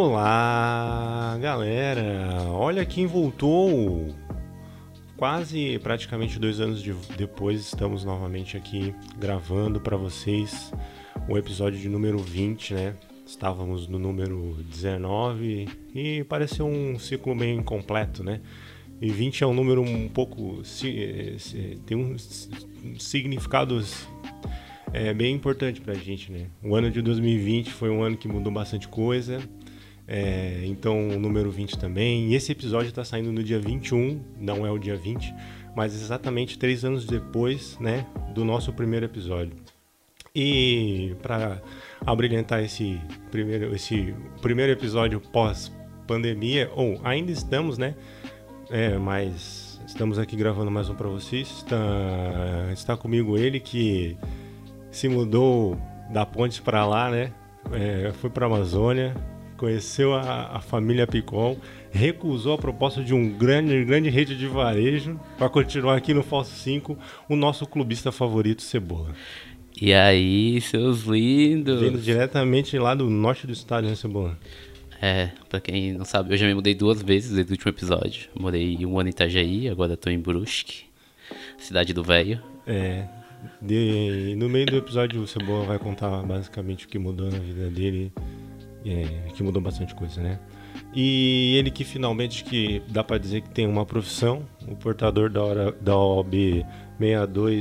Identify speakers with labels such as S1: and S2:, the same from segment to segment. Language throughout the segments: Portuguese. S1: Olá, galera! Olha quem voltou! Quase praticamente dois anos de- depois, estamos novamente aqui gravando para vocês o episódio de número 20, né? Estávamos no número 19 e pareceu um ciclo meio incompleto, né? E 20 é um número um pouco. si- eh, si- tem uns significados é, bem importante pra gente, né? O ano de 2020 foi um ano que mudou bastante coisa. É, então, o número 20 também. E esse episódio tá saindo no dia 21, não é o dia 20, mas exatamente três anos depois, né? Do nosso primeiro episódio. E para abrilhantar esse primeiro, esse primeiro episódio pós-pandemia, ou ainda estamos, né? É, mas estamos aqui gravando mais um para vocês. Está, está comigo ele que se mudou da ponte para lá, né? É, foi para Amazônia, conheceu a, a família Picon, recusou a proposta de um grande, grande rede de varejo para continuar aqui no Falso 5, o nosso clubista favorito, Cebola.
S2: E aí, seus lindos?
S1: Vindo diretamente lá do norte do estado, né, Cebola?
S2: É, pra quem não sabe, eu já me mudei duas vezes desde o último episódio. Morei um ano em Itajaí, agora tô em Brusque, cidade do velho.
S1: É. de- no meio do episódio, o Cebola vai contar basicamente o que mudou na vida dele, é, que mudou bastante coisa, né? E ele que finalmente que dá pra dizer que tem uma profissão, o portador da, hora, da OB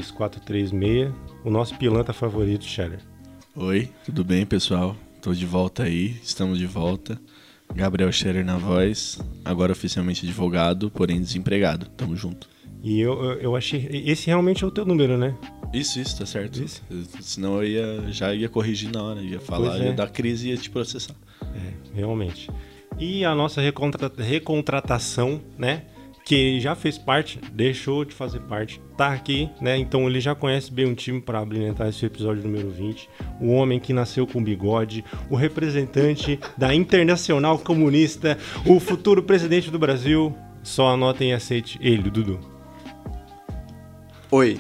S1: 62436, o nosso pilantra favorito, Scheller.
S3: Oi, tudo bem, pessoal? Tô de volta aí, estamos de volta. Gabriel Scherer na voz, agora oficialmente advogado, porém desempregado. Tamo junto.
S1: E eu, eu, eu achei. Esse realmente é o teu número, né?
S3: Isso, isso, tá certo.
S1: Isso.
S3: Senão eu ia, já ia corrigir na hora, ia falar,
S1: Pois é.
S3: ia dar crise e ia te processar.
S1: Realmente. E a nossa recontra- recontratação, né? Que ele já fez parte, deixou de fazer parte, tá aqui, né? Então ele já conhece bem o time para abrilhantar esse episódio número 20. O homem que nasceu com bigode, o representante da Internacional Comunista, o futuro presidente do Brasil. Só anotem e aceite ele, o Dudu.
S3: Oi.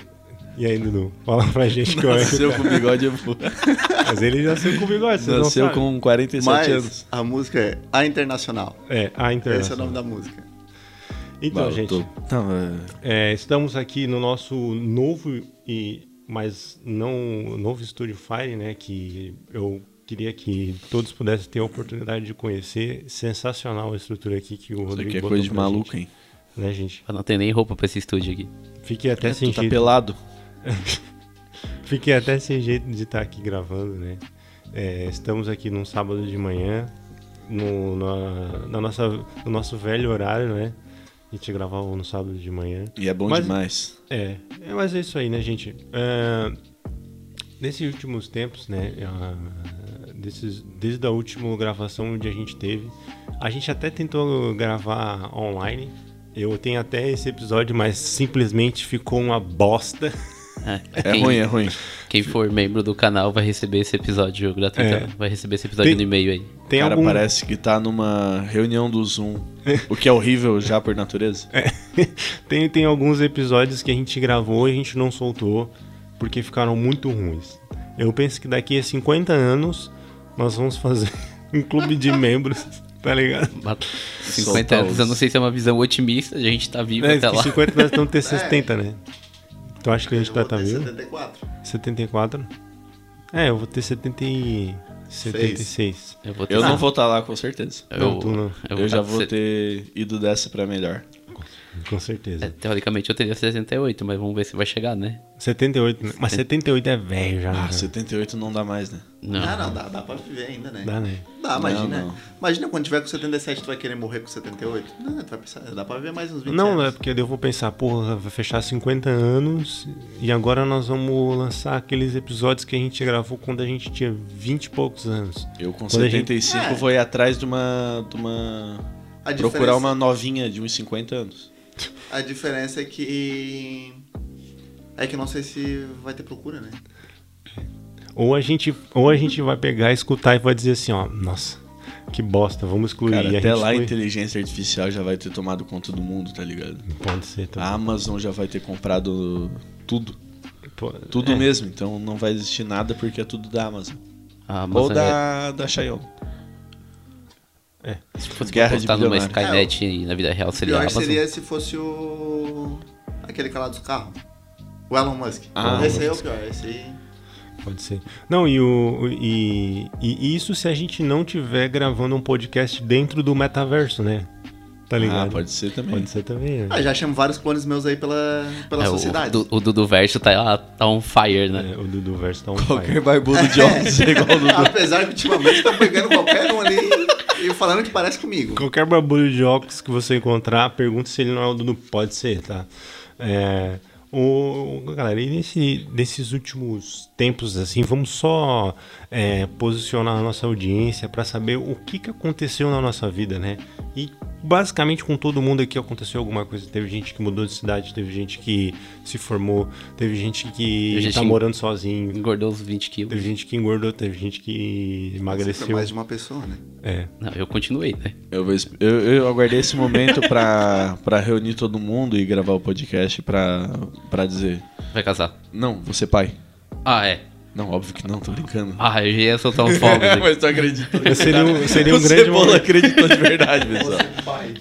S1: E aí, Dudu? Fala pra gente qual é.
S3: Nasceu com bigode eu vou.
S1: Mas ele nasceu com bigode, vocês
S3: Nasceu
S1: não sabem.
S3: com 47
S4: Mas
S3: anos.
S4: a música é A Internacional.
S1: É, a
S4: Esse é o
S1: Internacional.
S4: nome da música.
S1: Então,
S3: Bah, eu
S1: gente...
S3: tô- Não, é-
S1: É, estamos aqui no nosso novo e mas não novo estúdio Fire, né? Que eu queria que todos pudessem ter a oportunidade de conhecer. Sensacional a estrutura aqui que o
S3: Isso
S1: Rodrigo
S3: aqui é
S1: botou
S3: coisa de
S1: pra
S3: maluco,
S1: gente,
S3: hein?
S1: né, gente?
S2: Eu não tenho nem roupa pra esse estúdio aqui.
S1: Fiquei até sem
S3: Tu tá
S1: jeito.
S3: pelado.
S1: Fiquei até sem jeito de estar aqui gravando, né? É, estamos aqui num sábado de manhã, no, na, na nossa, no nosso velho horário, né? A gente gravava no sábado de manhã.
S3: E é bom
S1: Mas-
S3: demais.
S1: É, é, mas é isso aí, né, gente? Ah, nesses últimos tempos, né? ah, desses- desde a última gravação que a gente teve, a gente até tentou gravar online. Eu tenho até esse episódio, mas simplesmente ficou uma bosta.
S2: É,
S3: É ruim, é ruim.
S2: Quem for membro do canal vai receber esse episódio
S3: É.
S2: gratuitamente. Vai receber esse episódio
S1: Tem-
S2: no e-mail aí.
S1: Tem
S3: cara
S1: algum...
S3: parece que tá numa reunião do Zoom, o que é horrível já por natureza.
S1: tem, tem alguns episódios que a gente gravou e a gente não soltou porque ficaram muito ruins. Eu penso que daqui a 50 anos nós vamos fazer um clube de membros, tá ligado?
S2: Ba- 50
S3: Soltar
S2: anos, eu
S3: os-
S2: não sei se é uma visão otimista, a gente tá vivo
S1: É,
S2: até
S1: que
S2: lá.
S1: 50 nós estamos ter 70, né? Tu acha que a gente
S4: Eu
S1: tá,
S4: vou
S1: tá
S4: ter
S1: vivo?
S4: 74.
S1: 74. É, eu vou ter 70 e... 76.
S2: Eu vou ter-
S3: Eu
S2: Ah,
S3: não vou estar
S5: tá
S3: lá com certeza.
S1: Não, tu não.
S2: eu
S3: Eu,
S2: vou
S3: já
S2: tá-
S3: vou ter ido dessa pra melhor.
S1: Com
S2: É,
S1: certeza.
S2: teoricamente eu teria 68, mas vamos ver se vai chegar, né?
S1: 78, né? Mas 78 é velho já.
S3: Ah,
S1: né?
S3: 78 não dá mais, né?
S2: Não.
S4: Ah, não, dá, dá pra viver ainda, né?
S1: Dá, né?
S4: Dá, imagina.
S3: não.
S4: Imagina quando tiver com 77, tu vai querer morrer com 78. Não, tu vai pensar, dá pra viver mais uns 20
S1: Não, é
S4: anos.
S1: porque eu vou pensar, porra, vai fechar 50 anos e agora nós vamos lançar aqueles episódios que a gente gravou quando a gente tinha 20 e poucos anos.
S3: Eu com
S1: Quando a gente-
S3: 75
S4: É.
S3: vou ir atrás de uma. De uma...
S4: A diferença-
S3: Procurar uma novinha de uns 50 anos.
S4: A diferença é que... É que não sei se vai ter procura, né?
S1: Ou a gente, ou a gente vai pegar, escutar e vai dizer assim, ó, nossa, Que bosta, vamos excluir. E
S5: Cara,
S1: a
S5: até
S1: gente
S5: lá a
S1: exclui.
S5: inteligência artificial já vai ter tomado conta do mundo, tá ligado?
S1: Pode ser
S5: A
S1: também.
S5: Amazon já vai ter comprado tudo.
S1: Pô,
S5: Tudo
S1: é,
S5: mesmo. Então não vai existir nada porque é tudo da Amazon.
S2: A
S5: Ou
S1: é
S2: Amazon já-
S5: da, da Xiaomi.
S2: se fosse
S5: guerra de
S2: botar numa
S5: bilionário.
S2: Skynet e na vida real seria a
S4: Pior
S2: Amazon.
S4: seria se fosse o. aquele cara lá dos carros. O Elon Musk.
S5: Ah,
S4: esse
S5: Elon
S4: aí é o pior, esse aí.
S1: Pode ser. Não, e, o, e, e isso se a gente não tiver gravando um podcast dentro do metaverso, né? Tá ligado?
S5: Ah, pode ser também.
S1: Pode ser também. né?
S4: Ah, já chamo vários clones meus aí pela, pela
S2: É,
S4: sociedade.
S2: o, o Dudu Verso tá, tá on fire, né?
S1: É, o Dudu Verso tá um
S5: Qualquer barbudo Jones é igual do
S4: Apesar que ultimamente tá pegando qualquer um ali e falando que parece comigo.
S1: Qualquer barulho de óculos que você encontrar, pergunta se ele não é o Dudu. Pode ser, tá? É, o, galera, e nesse, nesses últimos tempos, assim, vamos só é, posicionar a nossa audiência para saber o que, que aconteceu na nossa vida, né? E basicamente com todo mundo aqui aconteceu alguma coisa. Teve gente que mudou de cidade, teve gente que se formou, teve gente que
S2: Teve gente
S1: tá
S2: que-
S1: morando sozinho,
S2: Engordou uns 20 quilos.
S1: teve gente que engordou, teve gente que
S4: Sempre é
S1: emagreceu.
S4: mais de uma pessoa, né?
S1: É.
S2: Não, eu continuei, né?
S5: Eu, vou esp- eu, eu aguardei esse momento pra, pra reunir todo mundo e gravar o podcast pra, pra dizer:
S2: Vai casar.
S5: Não, você pai.
S2: Ah, é.
S5: Não, óbvio que não, tô brincando.
S2: Ah, eu já ia soltar um fogo. né?
S5: tu acredita. de
S1: Seria um,
S5: verdade.
S1: seria um
S5: O
S1: grande
S5: Cebola
S1: momento.
S5: acreditou de verdade, pessoal.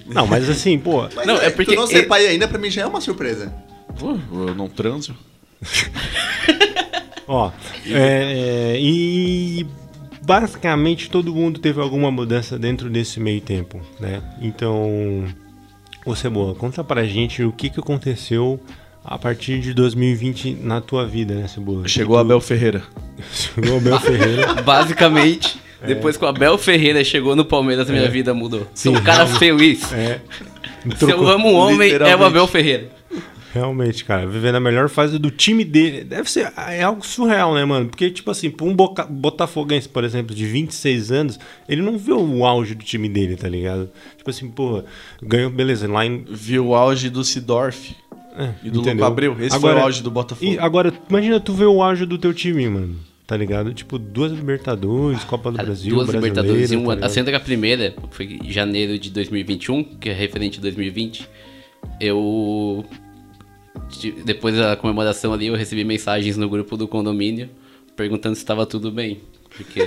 S1: Não, mas assim, pô,
S4: Mas
S2: Não,
S4: é,
S2: é porque
S4: tu não ser
S2: e-
S4: pai ainda pra mim já é uma surpresa.
S5: Pô, eu não transo.
S1: Ó, é, é, e basicamente todo mundo teve alguma mudança dentro desse meio tempo, né? Então, ô Cebola, conta pra gente o que, que aconteceu a partir de 2020 na tua vida, né, Cebola?
S5: Chegou Abel Ferreira.
S1: Chegou o Bel Ferreira.
S2: Basicamente, depois que o Abel Ferreira chegou no Palmeiras, minha vida mudou. Sou um cara feliz.
S1: É,
S2: Se eu
S1: trocou-
S2: amo um homem, é o
S5: literalmente.
S2: Abel Ferreira.
S1: Realmente, cara, vivendo a melhor fase do time dele. Deve ser é algo surreal, né, mano? Porque, tipo assim, pra um boca, botafoguense, por exemplo, de 26 anos, ele não viu o auge do time dele, tá ligado? Tipo assim, porra, ganhou, beleza, lá em, é,
S5: Viu o auge do Sidorf e do Luco
S1: Entendeu?
S5: Abreu. Esse
S1: Agora-
S5: foi o auge do Botafogo.
S1: E agora, imagina tu ver o auge do teu time, mano. Tá ligado? Tipo, duas Libertadores, Copa do
S2: Cara,
S1: Brasil,
S2: duas
S1: Brasileiro,
S2: Libertadores um e uma.
S1: tá
S2: a
S1: ligado?
S2: sendo que a primeira foi em janeiro de 2021, que é referente a 2020. Eu. de- Depois da comemoração ali, eu recebi mensagens no grupo do condomínio perguntando se estava tudo bem. Porque.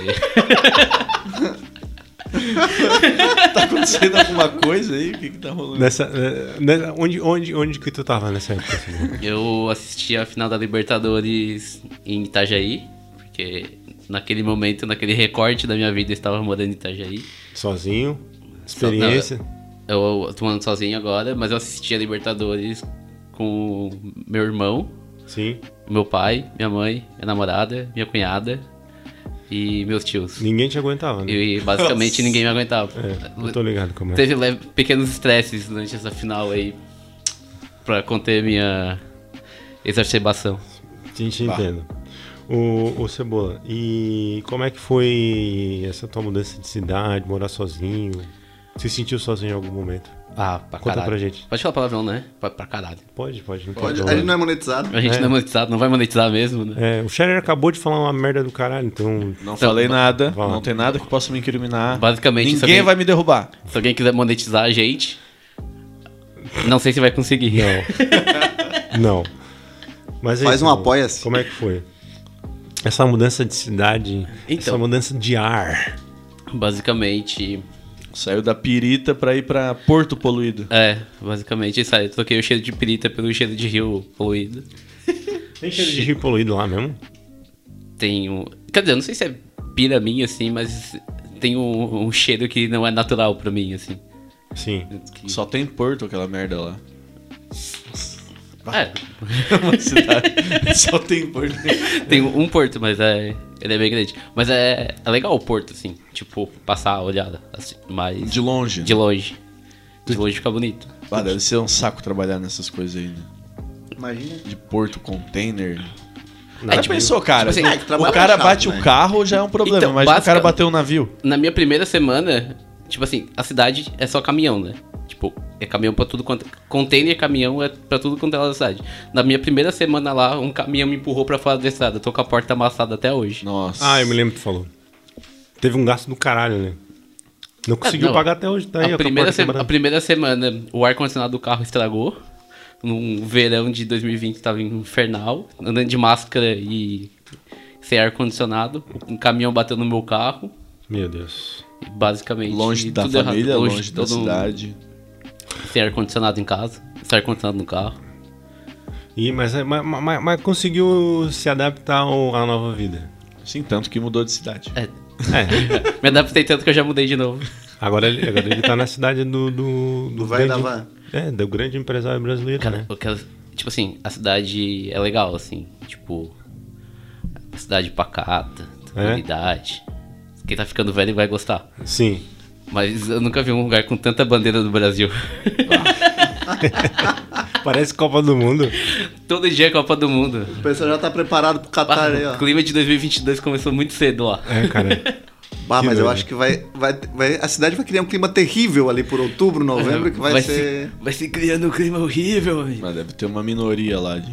S5: tá acontecendo alguma coisa aí? O que que tá rolando?
S1: Nessa, eh, nessa- onde, onde, onde que tu tava nessa época? Assim?
S2: Eu assisti a final da Libertadores em Itajaí, porque naquele momento, naquele recorte da minha vida, eu estava morando em Itajaí.
S1: Sozinho? Experiência?
S2: Eu, eu tô morando sozinho agora, mas eu assisti a Libertadores com meu irmão,
S1: Sim.
S2: meu pai, minha mãe, minha namorada, minha cunhada e meus tios.
S1: Ninguém te aguentava, né?
S2: E basicamente ninguém me aguentava.
S1: É, eu tô ligado como é.
S2: Teve leve- pequenos estresses durante essa final aí pra conter minha exacerbação.
S1: A gente entende. O, o Cebola, e como é que foi essa tua mudança de cidade, morar sozinho? Se sentiu sozinho em algum momento?
S2: Ah, pra
S1: Conta
S2: caralho.
S1: pra gente.
S2: Pode falar palavrão, né? Pra, pra caralho.
S1: Pode, pode. Não tem
S4: Pode, a
S1: problema.
S4: gente não é monetizado.
S2: A gente
S1: É.
S2: não é monetizado, não vai monetizar mesmo, né?
S1: É, o Scherer acabou de falar uma merda do caralho, então
S5: Não
S2: Então,
S5: falei
S2: ba-
S5: nada.
S1: vamos lá.
S5: Não tem nada que possa me incriminar.
S2: Basicamente, isso
S5: Ninguém
S2: aqui-
S5: vai me derrubar.
S2: Se alguém quiser monetizar a gente, não sei se vai conseguir.
S1: Não. Mas é
S4: Faz
S1: isso,
S4: um
S1: mano.
S4: apoia-se.
S1: Como é que foi? Essa mudança de cidade,
S2: Então.
S1: essa mudança de ar.
S2: Basicamente,
S5: Saiu da pirita pra ir pra Porto Poluído.
S2: é, basicamente isso aí. Eu troquei o cheiro de pirita pelo cheiro de rio poluído.
S1: Tem cheiro de rio poluído lá mesmo?
S2: Tem um. Quer dizer, eu não sei se é pira minha, assim, mas tem um, um cheiro que não é natural pra mim, assim.
S1: Sim.
S2: Que-
S5: Só tem Porto aquela merda lá.
S2: É,
S5: É uma cidade. Só tem Porto.
S2: tem um porto, mas é. Ele é bem grande. Mas é, é legal o porto, assim. Tipo, passar a olhada, assim, mas.
S5: De longe. né?
S2: De longe. De longe fica bonito.
S5: Ah, deve ser um saco trabalhar nessas coisas aí, né?
S4: Imagina.
S5: De Porto, container.
S1: Nada
S5: Já pensou, cara?
S2: tipo assim,
S4: ah, trabalho
S5: o cara
S4: chato,
S5: bate
S4: né?
S5: o carro já é um problema.
S2: Então,
S5: Imagina o cara
S2: basicamente-
S5: bateu um navio.
S2: na minha primeira semana, tipo assim, a cidade é só caminhão, né? Tipo, é caminhão pra tudo quanto. Container, caminhão é pra tudo quanto é lado da cidade. Na minha primeira semana lá, um caminhão me empurrou pra fora da estrada. Eu tô com a porta amassada até hoje.
S5: Nossa.
S1: Ah, eu me lembro que tu falou. Teve um gasto do caralho, né? Não conseguiu
S2: É, não.
S1: pagar até hoje, tá aí, ó, com
S2: a, primeira
S1: porta
S2: se-
S1: quebrada.
S2: a primeira semana, o ar-condicionado do carro estragou. Num verão de 2020 tava infernal, andando de máscara e sem ar-condicionado. Um caminhão bateu no meu carro,
S1: Meu Deus.
S2: basicamente.
S5: Longe da
S2: tudo errado,
S5: família, longe,
S2: de
S5: da
S2: todo mundo.
S5: cidade.
S2: Sem ar-condicionado em casa, sem ar-condicionado no carro.
S1: E, mas, é, mas, mas- mas conseguiu se adaptar ao- à nova vida.
S5: Sim, tanto que mudou de cidade.
S2: É,
S1: É,
S2: me adaptei tanto que eu já mudei de novo.
S1: agora ele, agora ele tá na cidade do... Do,
S4: Do velho da
S1: grande-
S4: van.
S1: É, do grande empresário brasileiro,
S2: Cara,
S1: né?
S2: eu quero- tipo assim, a cidade é legal, assim. Tipo, a cidade pacata,
S1: É?
S2: tranquilidade. Quem tá ficando velho vai gostar.
S1: Sim.
S2: Mas eu nunca vi um lugar com tanta bandeira do Brasil.
S1: Parece Copa do Mundo.
S2: Todo dia é Copa do Mundo.
S4: O pessoal já tá preparado pro
S2: Ah,
S4: Qatar aí, ó.
S2: o clima de 2022 começou muito cedo lá.
S1: É, cara.
S4: Bah,
S1: Que
S4: mas eu
S1: doido.
S4: acho que vai, vai, vai. A cidade vai criar um clima terrível ali por outubro, novembro, que vai, ser.
S2: Se, É, vai se criando um clima horrível, amigo.
S5: Mas deve ter uma minoria lá de,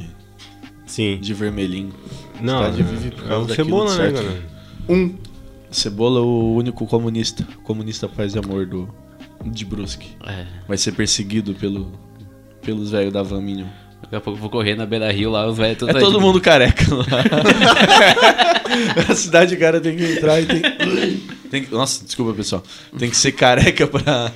S1: Sim.
S5: de vermelhinho.
S1: Não,
S5: Cidade vive por
S1: é
S5: causa
S1: o
S5: daquilo,
S1: Cebola, né,
S5: certo?
S1: cara?
S4: Um.
S5: Cebola, o único comunista. Comunista paz e amor do, de Brusque.
S2: É,
S5: Vai ser perseguido pelo, pelos velhos da Van Minion.
S2: daqui a pouco eu vou correr na beira rio lá, os velhos tudo
S5: É
S2: aí.
S5: todo mundo careca lá. A cidade, o cara tem que entrar e tem. tem que- Nossa, desculpa, pessoal. Tem que ser careca pra,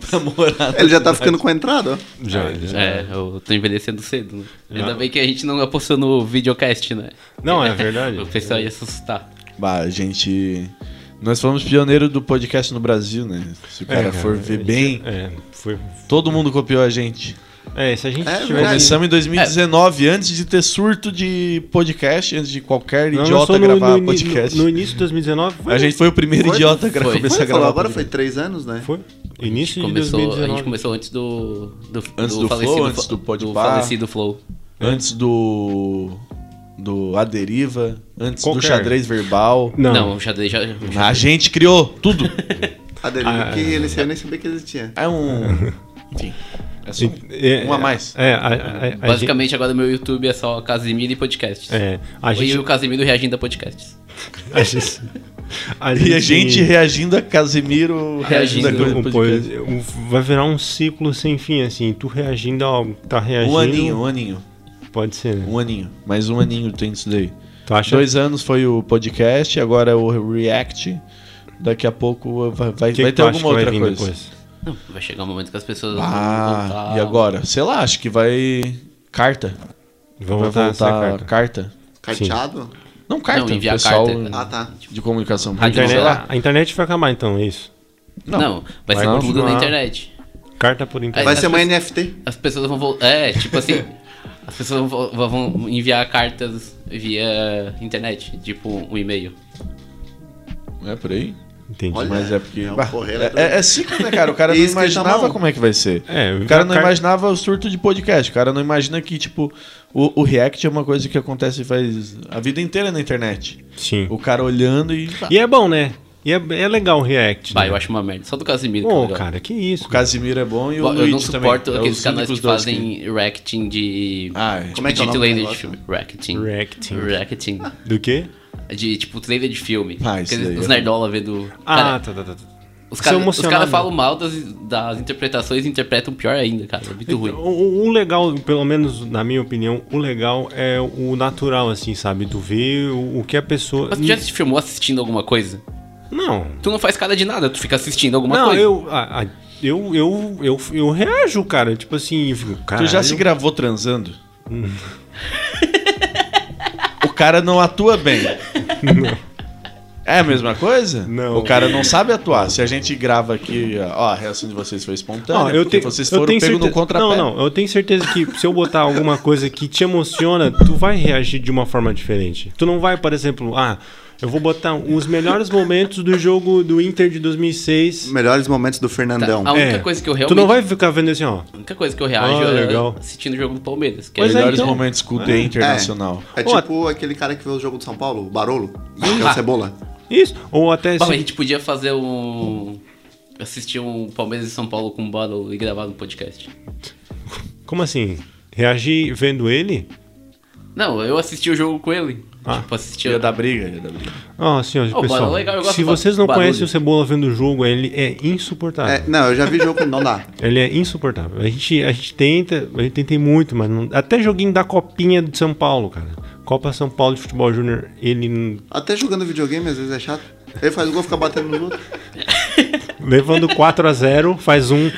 S5: pra morar. na
S4: Ele já tá
S5: cidade.
S4: ficando com a entrada, ó.
S1: Já, já.
S2: É, eu tô envelhecendo cedo, né? Ainda
S1: Não.
S2: bem que a gente não apostou no videocast, né?
S1: Não, é verdade.
S2: O pessoal ia se assustar.
S5: Bah, a gente. Nós fomos pioneiro do podcast no Brasil, né? Se o cara
S4: É,
S5: for ver bem,
S1: É, foi.
S5: todo mundo copiou a gente.
S1: É, se a gente
S4: É
S1: tivesse.
S5: Começamos em 2019,
S1: É.
S5: antes de ter surto de podcast, antes de qualquer
S1: Não, nós
S5: idiota
S1: só no-
S5: gravar
S1: no, ini-
S5: podcast.
S1: No, início de 2019 foi.
S5: a gente foi o primeiro
S4: Foi?
S5: idiota a gra-
S2: Foi.
S5: começar
S4: Foi,
S5: a
S4: falou,
S5: gravar.
S4: agora
S5: podcast.
S4: foi três anos, né?
S1: Foi. Início de
S2: Começou, a
S1: 2019.
S2: gente começou antes do, do,
S5: Antes do Flow,
S2: falecido
S5: antes do Podpah.
S2: falecido Flow.
S5: Antes do. Do A Deriva, antes do
S1: Qualquer.
S5: xadrez verbal.
S1: Não.
S2: Não, já já, já
S5: A gente criou tudo.
S4: A dele,
S1: Ah.
S4: que ele saiu nem sabia que ele tinha.
S5: É um. Enfim. É só
S1: É,
S5: um a mais.
S1: É, a, a- a- a
S2: basicamente agora meu YouTube é só Casimiro e podcasts.
S1: gente- é, a
S2: E
S1: gente.
S2: o Casimiro reagindo a podcasts.
S1: A gente, a
S5: E a gente reagindo a Casemiro
S2: Reagindo.
S5: reagindo, a
S1: um,
S5: coisa do
S1: pô,
S5: podcast.
S1: um- vai virar um ciclo sem fim, assim. Tu reagindo a algo, tá reagindo.
S5: Um aninho, um aninho.
S1: Pode ser, né?
S5: Um aninho. Mais um aninho tem isso daí.
S1: Tu acha
S5: Dois anos foi o podcast, agora é o React. Daqui a pouco vai, vai,
S1: que
S5: vai
S1: que
S5: ter
S1: tu acha que
S5: alguma
S1: vai
S5: outra
S1: vir
S5: coisa.
S1: depois?
S2: Não, vai chegar um momento que as pessoas vão
S5: Ah,
S2: voltar.
S5: e agora? Sei lá, acho que vai. Carta.
S1: Vamos
S5: vai
S1: voltar, essa
S5: voltar
S1: carta.
S5: carta.
S4: Carteado?
S5: Não, carta.
S2: Não, enviar
S5: pessoal
S2: carta.
S4: Ah, tá.
S5: de comunicação.
S1: A
S2: Rádio,
S5: sei
S1: internet,
S5: lá.
S1: a internet vai acabar então, é isso.
S2: Não,
S1: vai
S2: vai, ser tudo
S1: continuar.
S2: na internet.
S1: Carta por internet.
S4: Vai
S2: as
S4: ser uma
S2: pessoas-
S4: NFT.
S2: As pessoas vão voltar. É, tipo assim. As pessoas vão, vão enviar cartas via internet, tipo um e-mail.
S5: É por aí.
S1: Entendi.
S4: Olha.
S5: Mas é porque.
S4: É um
S5: bah,
S4: correio
S5: é- é,
S4: eletrônico.
S5: é ciclo, né, cara? O cara
S4: E
S5: não
S4: isso que ele tá
S5: imaginava
S2: um.
S4: maluco.
S5: como é que vai ser.
S1: É,
S5: O cara não
S1: carta-
S5: imaginava o surto de podcast. O cara não imagina que, tipo, o, o React é uma coisa que acontece faz a vida inteira na internet.
S1: Sim.
S5: O cara olhando e.
S1: E é bom, né? E é, é legal o React.
S2: Bah,
S1: né?
S2: eu acho uma merda. Só do Casimiro. que é
S1: Pô,
S2: legal.
S1: cara, que isso.
S5: O Casimiro é bom e o
S2: Eu,
S5: Luigi
S2: não suporto
S5: também. É
S2: aqueles
S5: os
S2: canais que
S5: únicos dois
S2: fazem reacting de.
S5: Ah, é.
S2: tipo,
S4: Como é que é o
S2: de
S4: nome do
S2: trailer de
S4: negócio?
S2: filme. Reacting.
S1: Reacting.
S2: Reacting.
S1: Do quê?
S2: De tipo trailer de filme.
S5: Ah, isso
S2: Aqueles-
S5: daí
S2: os
S5: é-
S2: nerdola vendo.
S1: Ah,
S2: Cara,
S1: tá, tá, tá. tá.
S2: os
S1: isso é
S2: caras
S1: emocionado.
S2: cara falam mal das, das interpretações e interpretam pior ainda, cara. É muito ruim.
S1: O, o legal, pelo menos na minha opinião, o legal é o natural, assim, sabe? Tu vê o, o que a pessoa.
S2: Mas tu já se filmou assistindo alguma coisa?
S1: Não.
S2: Tu não faz cara de nada, tu fica assistindo alguma
S1: não,
S2: coisa.
S1: eu, ah, ah, eu, eu, eu. Eu reajo, cara. Tipo assim, eu fico,
S5: Tu
S1: caralho.
S5: já se gravou transando? o cara não atua bem. É a mesma coisa?
S1: Não.
S5: O cara não sabe atuar. Se a gente grava aqui, ó, a reação de vocês foi espontânea,
S1: Ó, eu
S5: é porque
S1: tenho,
S5: vocês
S1: eu
S5: foram
S1: tenho
S5: pego
S1: certeza,
S5: no contrapé.
S1: Não, não, eu tenho certeza que se eu botar alguma coisa que te emociona, tu vai reagir de uma forma diferente. Tu não vai, por exemplo, ah, eu vou botar os melhores momentos do jogo do Inter de 2006.
S4: Melhores momentos do
S2: Tá,
S4: Fernandão.
S2: A única
S1: É.
S2: coisa que eu realmente.
S1: Tu não vai ficar vendo assim, ó.
S2: A única coisa que eu reajo
S1: Ah,
S2: é
S1: legal.
S2: assistindo o jogo do Palmeiras. Que
S1: Pois
S2: é,
S1: é,
S5: Melhores
S1: então.
S5: momentos com o D Internacional.
S4: É
S1: Ó,
S4: tipo aquele cara que vê o jogo do São Paulo, o Barolo, que é
S1: Ah.
S4: o Cebola.
S1: Isso. Ou até
S2: Pô, a
S1: assim,
S2: gente podia fazer um. assistir um Palmeiras e São Paulo com o Battle e gravar no podcast.
S1: como assim? Reagir vendo ele?
S2: Não, eu assisti o jogo com ele.
S1: Ah,
S2: tipo, assisti
S3: Ia dar briga, ia dar briga.
S1: Ah, assim, ó,
S2: Ô,
S1: pessoal,
S2: bora, legal, eu gosto
S1: se
S2: do
S1: vocês não
S2: barulho.
S1: conhecem o Cebola vendo o jogo, ele é
S4: É,
S3: Ah.
S1: insuportável.
S4: não, eu já vi jogo que não dá.
S1: Ele é insuportável. A gente, a gente tenta, a gente tenta muito, mas não- até joguinho da Copinha de São Paulo, cara. Copa São Paulo de Futebol Júnior, ele n-
S4: Até jogando videogame às vezes é chato. Ele faz o gol, fica batendo nos outros.
S1: levando 4 a 0 faz um.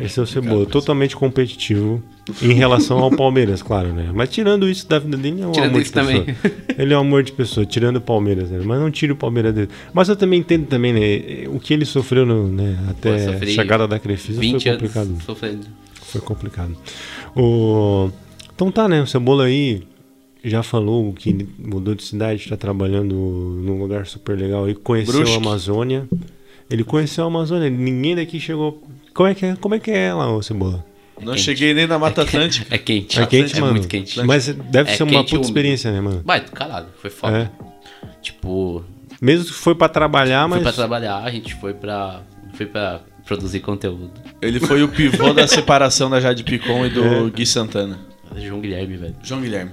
S1: Esse é o Cebola, totalmente competitivo em relação ao Palmeiras, claro, né? Mas tirando isso da vida dele, ele é um
S2: Tirando
S1: amor
S2: isso
S1: de pessoa.
S2: também.
S1: Ele é um amor de pessoa, tirando o Palmeiras, né? Mas não tira o Palmeiras dele. Mas eu também entendo também, né? O que ele sofreu no- né,
S2: Pô, eu
S1: até a
S2: sofri
S1: chegada da Crefisa foi
S2: 20
S1: complicado.
S2: anos sofrendo.
S1: Foi complicado. O... Então tá, né? O Cebola aí já falou que ele mudou de cidade, tá trabalhando num lugar super legal e conheceu
S3: Brusque.
S1: a Amazônia. Ele conheceu a Amazônia, ninguém daqui chegou. Como é que é, Como é, que é lá, o Cebola?
S3: Não cheguei nem na Mata Atlântica.
S2: É quente.
S1: É quente,
S2: é
S1: mano.
S2: muito quente.
S1: Mas deve
S2: É
S1: ser uma
S2: quente e
S1: puta
S2: úmido.
S1: experiência, né, mano?
S2: Vai, do caralho, foi
S1: É.
S2: foda. Tipo,
S1: Mesmo que foi pra trabalhar,
S2: foi
S1: mas.
S2: pra trabalhar, a gente foi pra, foi pra produzir conteúdo.
S3: Ele foi o pivô da separação da Jade Picon e
S1: É.
S3: do Gui Santana.
S2: João Guilherme, velho.
S3: João Guilherme.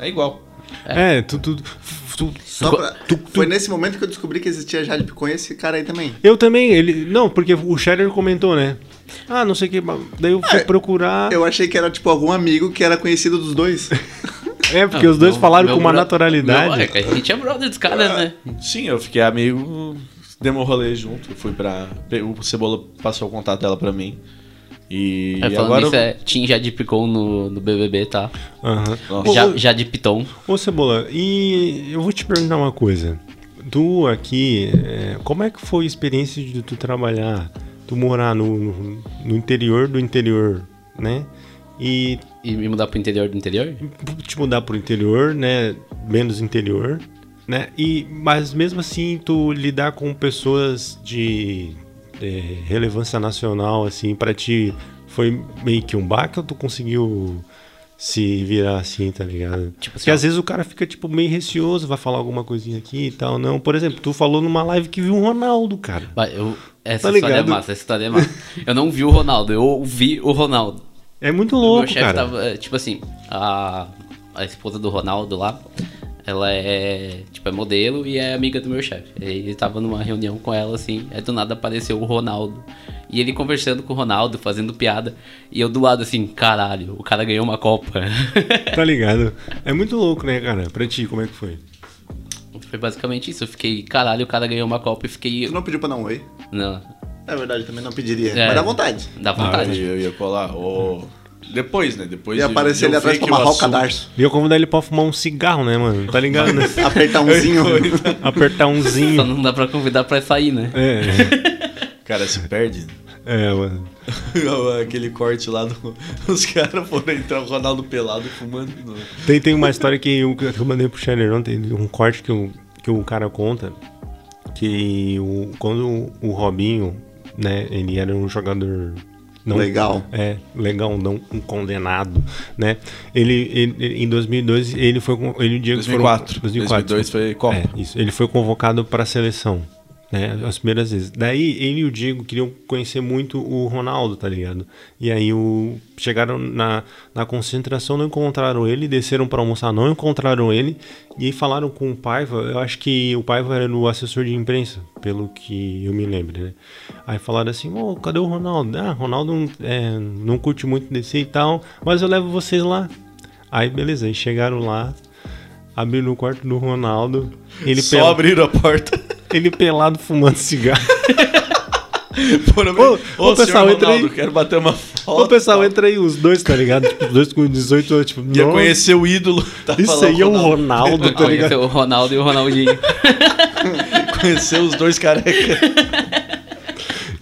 S3: É igual.
S1: É, tu, tu, tu-
S4: Só
S2: Co-
S4: pra... Foi nesse momento que eu descobri que existia Jade Picon e esse cara aí também.
S1: Eu também, ele. Não, porque o Scherer comentou, né? Ah, não sei o que. mas- Daí eu fui
S2: É,
S1: procurar.
S4: Eu achei que era tipo algum amigo que era conhecido dos dois.
S1: É, porque os dois
S2: Ah, Meu-
S1: falaram
S2: meu
S1: com uma
S2: bro-
S1: naturalidade.
S2: Meu- é que a gente é brother dos caras, né?
S3: Sim, eu fiquei amigo, demos rolê junto, fui pra. O Cebola passou o contato dela pra mim. E
S2: É, falando
S3: agora.
S2: isso, é Tim Jade Picon no, no BBB, tá?
S1: Aham.
S3: Nossa.
S2: Ja, Jade Piton.
S1: Ô Cebola, e eu vou te perguntar uma coisa. Tu aqui, é, como é que foi a experiência de tu trabalhar, tu morar no, no- no interior do interior, né? E
S2: E me mudar pro interior do interior?
S1: te mudar pro interior, né? Menos interior, né? E, mas mesmo assim, tu lidar com pessoas de é, relevância nacional, assim, pra ti foi meio que um baque ou tu conseguiu se virar assim, tá ligado?
S2: Tipo assim,
S1: Porque
S2: ó.
S1: às vezes o cara fica, tipo, meio receoso, vai falar alguma coisinha aqui e tal, não. Por exemplo, tu falou numa live que viu um Ronaldo, cara.
S2: Vai, eu- essa
S1: Tá
S2: história é
S1: ligado?
S2: massa, essa história é massa. Eu não vi o Ronaldo, eu ouvi o Ronaldo.
S1: É muito
S2: O
S1: louco,
S2: meu chefe
S1: cara.
S2: tava, eh, tipo assim, a, a esposa do Ronaldo lá, ela é, tipo, é modelo e é amiga do meu chefe. Ele tava numa reunião com ela, assim, aí do nada apareceu o Ronaldo. E ele conversando com o Ronaldo, fazendo piada, e eu do lado assim, caralho, o cara ganhou uma Copa.
S1: Tá ligado? É muito louco, né, cara? Pra ti, como é que foi?
S2: Foi basicamente isso, eu fiquei, caralho, o cara ganhou uma Copa e fiquei...
S4: Tu não pediu pra dar um oi?
S2: Não,
S4: É verdade, eu também não pediria.
S2: É.
S4: Mas dá vontade.
S2: dá
S3: Ah,
S2: vontade.
S3: eu ia colar. ô. Depois, né? Depois.
S4: Ia
S3: de-
S4: aparecer
S3: eu
S4: ali
S3: ver
S4: atrás
S3: que
S4: pra amarrar o
S3: assunto-
S4: cadarço.
S1: E eu convidar ele pra fumar um cigarro, né, mano? Tá ligado, né?
S4: Apertar um umzinho.
S1: Apertar
S2: Só
S1: umzinho.
S2: não dá pra convidar pra sair, né?
S1: É,
S3: Cara, se perde. né?
S1: é, mano.
S3: Aquele corte lá do. Os caras foram entrar o Ronaldo pelado fumando. no-
S1: Tem, tem uma história que eu, que eu mandei pro Scheller ontem, um corte que o, que o cara conta, que o, quando o Robinho, né, ele era um jogador... Não,
S4: Legal.
S1: É, legal, não um condenado, né? Ele, ele- ele- em 2002, ele foi... com- Ele, o Diego foram-
S3: 2004. 2002 foi Copa.
S1: É, isso. Ele foi convocado para a seleção, né? As primeiras vezes. Daí ele e o Diego queriam conhecer muito o Ronaldo, tá ligado? E aí o... chegaram na, na concentração, não encontraram ele, desceram para almoçar, não encontraram ele. E aí falaram com o Paiva, eu acho que o Paiva era o assessor de imprensa, pelo que eu me lembro, né? Aí falaram assim: ô, cadê o Ronaldo? Ah, Ronaldo não- é, não curte muito descer e tal, mas eu levo vocês lá. Aí beleza, aí chegaram lá, abriram o quarto do Ronaldo, ele,
S3: Só
S1: pela-
S3: abriram a porta.
S1: ele pelado fumando cigarro.
S3: Foram
S1: Ô, ô,
S3: senhor
S1: pessoal, entra aí.
S3: Ronaldo, quero bater uma
S1: Ô
S3: foto.
S1: pessoal, entra aí os dois, tá ligado? Tipo, os dois com 18 anos, tipo,
S3: Ia
S1: "Nossa,
S3: conhecer o ídolo.
S5: tá
S3: Tava
S1: isso
S3: lá
S1: aí é o Ronaldo, tá
S2: Olha,
S1: ligado?
S2: o Ronaldo e o Ronaldinho.
S3: Conhecer os dois carecas.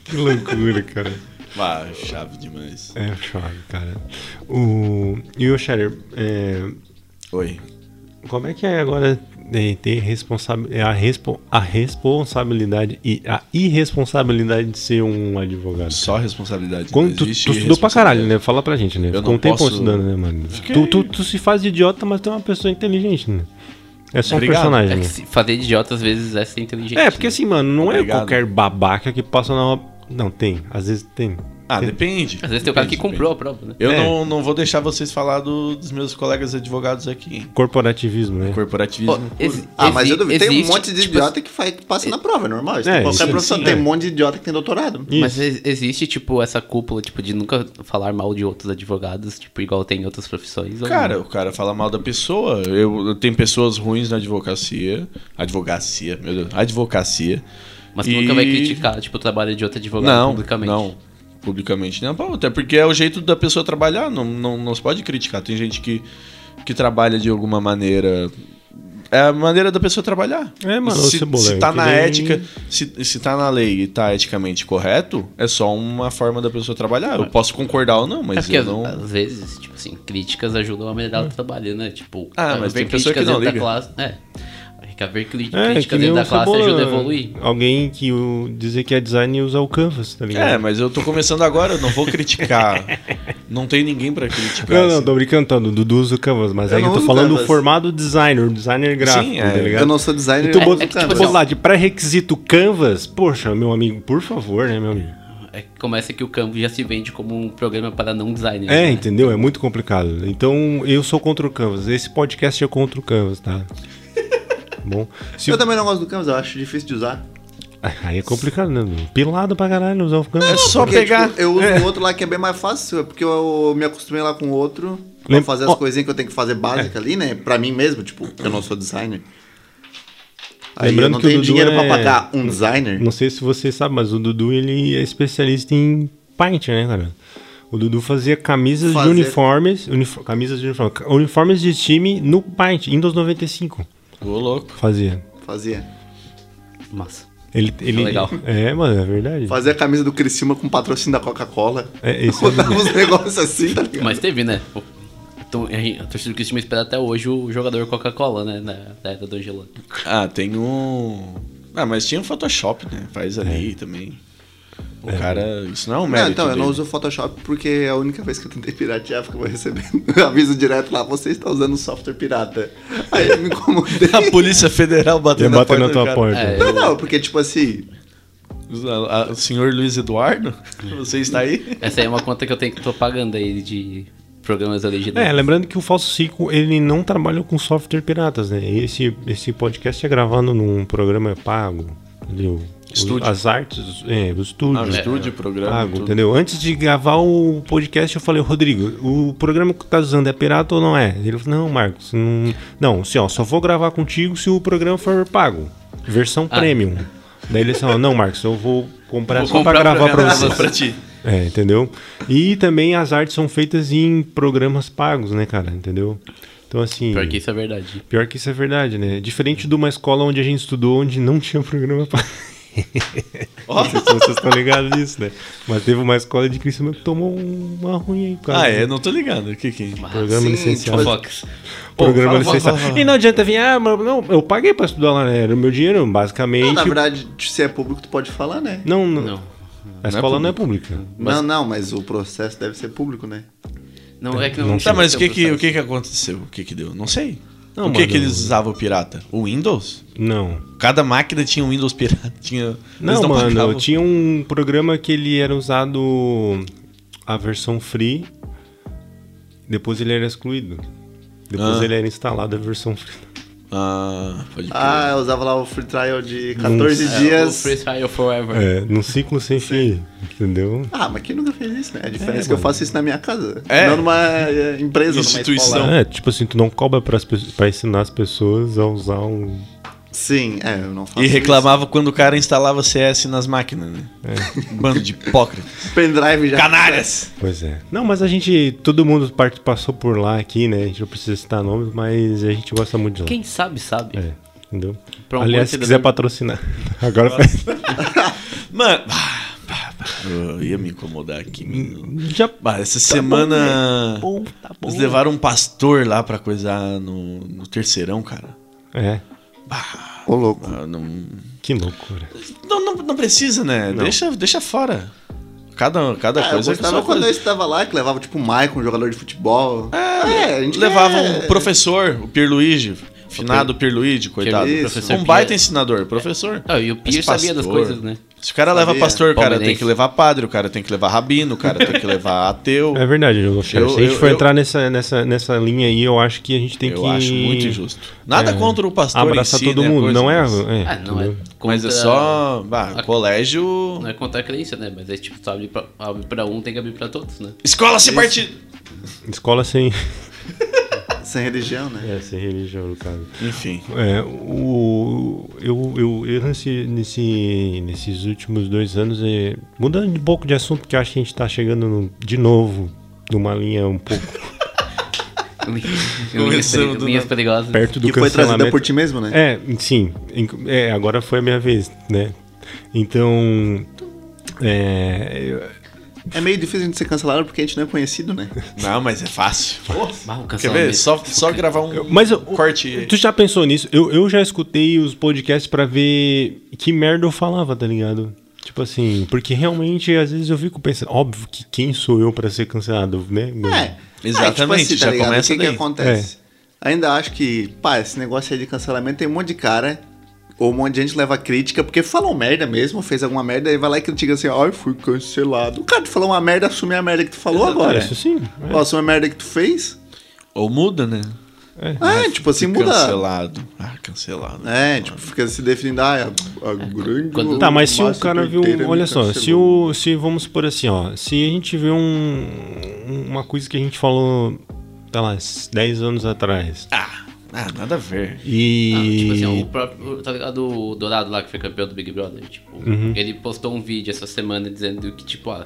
S1: Que loucura, cara.
S3: Ah, chave demais.
S1: É chave, cara. O... E o Shatter, é,
S3: Oi.
S1: Como é que é agora é, ter responsa é, a, respo- a responsabilidade e a irresponsabilidade de ser um advogado?
S3: Só responsabilidade.
S1: Quando
S3: não
S1: tu, tu
S3: existe
S1: estudou pra caralho,
S3: responsabilidade.
S1: né? Fala pra gente, né?
S3: Eu
S1: Ficou
S3: não
S1: um tempão
S3: posso-
S1: estudando, né, mano? Tu, tu- tu se faz de idiota, mas tu é uma pessoa inteligente, né? É só um
S3: Obrigado.
S1: personagem.
S2: É que
S1: né?
S2: se fazer de idiota às vezes é ser inteligente.
S1: É, porque assim, mano, não
S3: Obrigado.
S1: é qualquer babaca que passa na. Não, tem. Às vezes tem.
S5: Ah, depende.
S2: Às vezes tem o cara que
S5: Depende,
S2: comprou a prova, né?
S5: Eu
S1: É.
S5: não, não vou deixar vocês falar do- dos meus colegas advogados aqui, hein?
S1: Corporativismo, né?
S5: Corporativismo.
S2: Ó, esse-
S4: Ah, mas eu duvido. Tem um
S2: existe,
S4: monte de
S2: tipo,
S4: idiota que, faz, que passa na prova, é normal. Isso
S1: É,
S4: tem qualquer
S1: isso,
S4: profissão
S1: sim,
S4: tem
S1: é.
S4: um monte de idiota que tem doutorado.
S1: Isso.
S2: Mas ex- existe, tipo, essa cúpula, tipo, de nunca falar mal de outros advogados, tipo, igual tem em outras profissões. ou
S5: Cara, o cara fala mal da pessoa. Eu, eu tenho pessoas ruins na advocacia. Advocacia, meu Deus. Advocacia.
S2: não? mas tu
S5: e-
S2: nunca vai criticar, tipo, o trabalho de outro advogado
S5: não,
S2: publicamente.
S5: não. Publicamente não. Bom, até porque é o jeito da pessoa trabalhar. Não, não, não se pode criticar. Tem gente que, que trabalha de alguma maneira... É a maneira da pessoa trabalhar.
S1: É, mano,
S5: se,
S1: o Cebola,
S5: se tá
S1: que
S5: na
S1: nem-
S5: ética, se, se tá na lei e tá eticamente correto, é só uma forma da pessoa trabalhar. Eu posso concordar ou não, mas
S2: É porque
S5: eu
S2: às,
S5: não. É.
S2: às vezes, tipo assim, críticas ajudam a melhorar o trabalho, né? Tipo,
S5: Ah, mas
S2: haver
S5: tem pessoa que
S2: críticas
S5: não
S2: dentro da
S5: liga.
S2: classe. É. Haver cri-
S1: É, que
S2: críticas
S1: nem
S2: dentro da
S1: o
S2: classe
S1: Cebola,
S2: ajuda a evoluir.
S1: Alguém que o, dizer que é design e usa o Canvas, tá ligado?
S5: É, mas eu tô começando agora, eu não vou criticar. não tem ninguém pra criticar.
S1: Não, não,
S5: assim.
S1: tô brincando, tá, do Dudu usa o Canvas, mas
S4: Eu
S1: aí eu
S4: não
S1: tô
S4: uso
S1: falando o
S4: Canvas.
S1: formado designer, o designer gráfico,
S5: Sim, é.
S1: tá ligado?
S4: Eu não sou designer.
S1: E tu
S4: eu
S1: bota,
S4: sou
S2: é que, tipo,
S4: câmera.
S1: pô,
S2: assim,
S1: lá de pré-requisito Canvas, poxa, meu amigo, por favor, né, meu amigo?
S2: É que começa que o campo já se vende como um programa para não designers.
S1: É,
S2: né?
S5: então.
S1: entendeu? É muito complicado. Então, eu sou contra o Canvas. Esse podcast é contra o Canvas, tá? Bom, se...
S4: Eu também não gosto do Canvas, eu acho difícil de usar.
S1: aí é complicado, né? Dudu? Pilado pra caralho usar o Canvas.
S5: É só
S4: Porque,
S5: pegar.
S4: tipo, eu uso o outro lá que é bem mais fácil, é porque eu me acostumei lá com o outro pra
S1: Lem-
S4: fazer as
S1: Ó. É.
S4: coisinhas que eu tenho que fazer básica ali, né? Pra mim mesmo, tipo, porque eu não sou designer. Aí
S1: Lembrando
S4: eu não
S1: que o
S4: tenho
S1: Dudu
S4: dinheiro
S1: é-
S4: pra pagar um designer.
S1: Não sei se você sabe, mas o Dudu ele é especialista em paint, né, cara? O Dudu fazia camisas
S4: Fazer-
S1: de uniformes, unif- camisas de uniforme, ca- uniformes de time no paint, Windows 95
S5: Ô, louco.
S1: fazia.
S4: Fazia.
S2: Massa.
S1: Ele, ele
S2: legal.
S1: É, mano, é verdade.
S4: Fazia a camisa do Criciúma com patrocínio da Coca-Cola.
S1: É, isso é
S4: Rodava uns negócios assim, tá ligado?
S2: Mas teve, né? O- Então, a gente- a torcida do Cristiano espera até hoje o jogador Coca-Cola, né? Na, da era do Angelano.
S5: Ah, tem um. Ah, mas tinha um Photoshop, né? Faz
S1: É.
S5: ali também. O cara. Isso não é um
S4: Não,
S5: mérito.
S4: então, eu não
S5: dele.
S4: uso o Photoshop porque é a única vez que eu tentei piratear, porque eu vou recebendo aviso direto lá, você está usando software pirata. Aí eu me incomodei.
S5: A Polícia Federal bateu
S1: Ele
S5: na
S1: bateu
S5: porta.
S1: na
S5: do
S1: tua
S5: cara.
S1: porta.
S2: É.
S4: Não, não, porque tipo assim,
S5: A- a- O senhor Luiz Eduardo? Você está aí?
S2: Essa aí é uma conta que eu tenho que tô pagando aí de programas
S1: É,
S2: originais.
S1: lembrando que o Falso 5 ele não trabalha com software piratas, né? Esse, esse podcast é gravado num programa pago, entendeu?
S5: Estúdio.
S1: As artes, é, o estúdio.
S5: Ah, o
S1: né?
S5: estúdio, o programa.
S1: Pago,
S5: tudo.
S1: entendeu? Antes de gravar o podcast, eu falei, Rodrigo, o programa que tu tá usando é pirata ou não é? Ele falou, não, Marcos, não. Não, assim, ó, só vou gravar contigo se o programa for pago. Versão premium. Daí ele falou, não, Marcos, eu Ah. vou comprar
S2: Vou
S1: só
S2: comprar
S1: pra
S2: o
S1: gravar pra
S2: programa
S1: você.
S5: Só pra ti.
S1: É, entendeu? E também as artes são feitas em programas pagos, né, cara? Entendeu? Então, assim.
S2: Pior que isso é verdade.
S1: pior que isso é verdade, né? Diferente de uma escola onde a gente estudou, onde não tinha programa pago.
S5: Ó.
S1: Vocês- Vocês estão ligados nisso, né? Mas teve uma escola de Criciúma que tomou uma ruim aí, cara.
S5: Ah, é? Não tô ligado. O que que é?
S1: Programa
S4: Sim,
S1: licenciado.
S4: tipo,
S2: Fofocas.
S1: programa
S5: Pô, fala,
S1: licenciado.
S5: fala, fala.
S1: E não adianta vir, ah, mas não, eu paguei pra estudar lá, né? Era o meu dinheiro, basicamente.
S4: não, na verdade, se é público, tu pode falar, né?
S1: não, não,
S2: Não.
S1: A escola não é pública.
S4: Não, não, mas o processo deve ser público, né?
S2: Não é que não.
S5: Tá, mas o que que, o que que aconteceu? O que que deu? Não sei.
S1: Não,
S5: o que
S1: mano,
S5: que eles
S1: eu-
S5: usavam pirata? O Windows?
S1: Não.
S5: Cada máquina tinha um Windows pirata. Tinha...
S1: Não,
S5: eles
S1: mano,
S5: pagavam.
S1: tinha um programa que ele era usado a versão free, depois ele era excluído. Depois
S5: Ah.
S1: ele era instalado a versão free.
S5: Ah, pode crer.
S4: Ah, eu usava lá o free trial de 14
S2: É, O
S4: dias.
S2: Free Trial Forever.
S1: É, num ciclo sem fim, entendeu?
S4: Ah, mas quem nunca fez isso, né? A diferença é que eu faço isso na minha casa.
S5: É.
S4: Não numa é, empresa,
S5: Instituição.
S4: numa escola.
S1: É, tipo assim, tu não cobra pras pe- pra ensinar as pessoas a usar um.
S4: Sim, é, eu não faço
S5: E reclamava quando o cara instalava CS nas máquinas, né? Bando de hipócritas.
S4: isso. pendrive É. já.
S5: Canalhas!
S1: Pois é. Não, mas a gente. Todo mundo part- passou por lá aqui, né? A gente não precisa citar nomes, mas a gente gosta muito de lá.
S2: Quem sabe, sabe.
S1: É, entendeu?
S2: Pra um bom
S1: Aliás, se
S2: cidadão.
S1: quiser patrocinar. Agora faz.
S5: Mano, bah, bah, bah. eu ia me incomodar
S4: Hum.
S5: aqui, menino.
S1: Já.
S5: Bah, essa
S4: Tá
S5: semana
S4: né?
S1: Bom, tá bom.
S5: eles levaram um pastor lá pra coisar no, no terceirão, cara.
S1: É,
S4: Ô, louco.
S5: Ah, não,
S1: que loucura.
S5: não, não- não precisa, né? Deixa, deixa fora. Cada, cada
S4: Ah, eu
S5: coisa é
S4: gostava
S5: sua
S4: quando
S5: coisa.
S4: eu estava lá, que levava tipo o Michael, um jogador de futebol. É, a gente
S5: Levava
S4: é-
S5: um professor, o Pierluigi, finado Pierluigi, coitado.
S2: Pierluigi,
S4: Isso.
S2: professor
S5: um baita
S2: Pier.
S5: ensinador, professor.
S2: Ah, e o
S5: Mas
S2: Pierre sabia das
S5: pastor.
S2: coisas, né?
S5: Se o cara leva
S4: Sabia.
S5: pastor, o cara tem
S2: Palmeirense.
S5: que levar padre, o cara tem que levar rabino, o cara tem que levar ateu.
S1: É verdade, Diogo Charles.
S5: Eu-
S1: Se a gente
S5: eu-
S1: for
S5: eu-
S1: entrar nessa, nessa, nessa linha aí, eu acho que a gente tem
S5: eu
S1: que.
S5: acho muito injusto. Nada
S1: É.
S5: contra o pastor
S1: Abraçar
S5: em si,
S1: todo
S5: né,
S1: mundo.
S5: coisa,
S1: Não é.
S5: mas-
S1: é,
S2: Ah, não é
S1: tudo-
S5: Mas é
S2: contra-
S5: só. Bah, colégio.
S2: Não é contra a crença, né? Mas é tipo, só abre pra, abre pra um, tem que abrir pra todos, né?
S5: Escola se partido.
S1: Escola sem.
S5: um-
S4: Sem religião, né?
S1: É, sem religião, no caso.
S5: Enfim.
S1: É, o, eu, eu, eu nesse, nesse- nesses últimos dois anos, é, mudando de um pouco de assunto, porque eu acho que a gente tá chegando no- de novo numa linha um pouco
S2: Linhas,
S5: Começando do
S2: peri- linhas
S5: nada.
S2: perigosas.
S1: perto do
S4: que foi trazida
S1: cancelamento.
S4: por ti mesmo, né?
S1: É, sim. Em- É, agora foi a minha vez, né? Então. É, eu-
S4: É, meio difícil a gente ser cancelado porque a gente não é conhecido, né?
S5: Não, mas é fácil.
S2: Bah, o
S5: Quer ver?
S2: cancelamento.
S5: Só, só gravar um
S1: Mas eu-
S5: corte. aí.
S1: Tu já pensou nisso? Eu, eu já escutei os podcasts pra ver que merda eu falava, tá ligado? Tipo assim, porque realmente às vezes eu fico pensando, óbvio que quem sou eu pra ser cancelado, né?
S4: É.
S5: Exatamente, já
S4: ligado?
S5: começa
S4: O que,
S5: daí. É.
S4: que acontece? Ainda acho que, pá, esse negócio aí de cancelamento tem um monte de cara, ou um monte de gente leva crítica, porque falou merda mesmo, fez alguma merda, e vai lá e critica assim, ó, eu fui cancelado. O cara, tu falou uma merda, assume a merda que tu falou
S1: Cara,
S4: agora.
S1: é, isso sim. é,
S4: Ou assume a merda que tu fez.
S5: Ou muda, né?
S2: Ah,
S4: É, tipo assim,
S5: Fica
S4: muda.
S5: Cancelado. Ah, cancelado.
S4: É, tipo, fica se definindo, ah, a, a grande.
S2: Quando-
S1: Tá, mas se o
S4: massa
S1: cara viu.
S4: inteira me
S1: Olha só, se
S4: cancelou.
S1: o. Se vamos por assim, ó. Se a gente vê um. Uma coisa que a gente falou, tá lá, 10 anos atrás.
S5: Ah, ah, nada a ver.
S1: E.
S2: Ah, tipo assim, ó, o próprio, tá ligado? O Dourado lá que foi campeão do Big Brother, tipo,
S5: Uhum.
S2: ele postou um vídeo essa semana dizendo que, tipo, ó,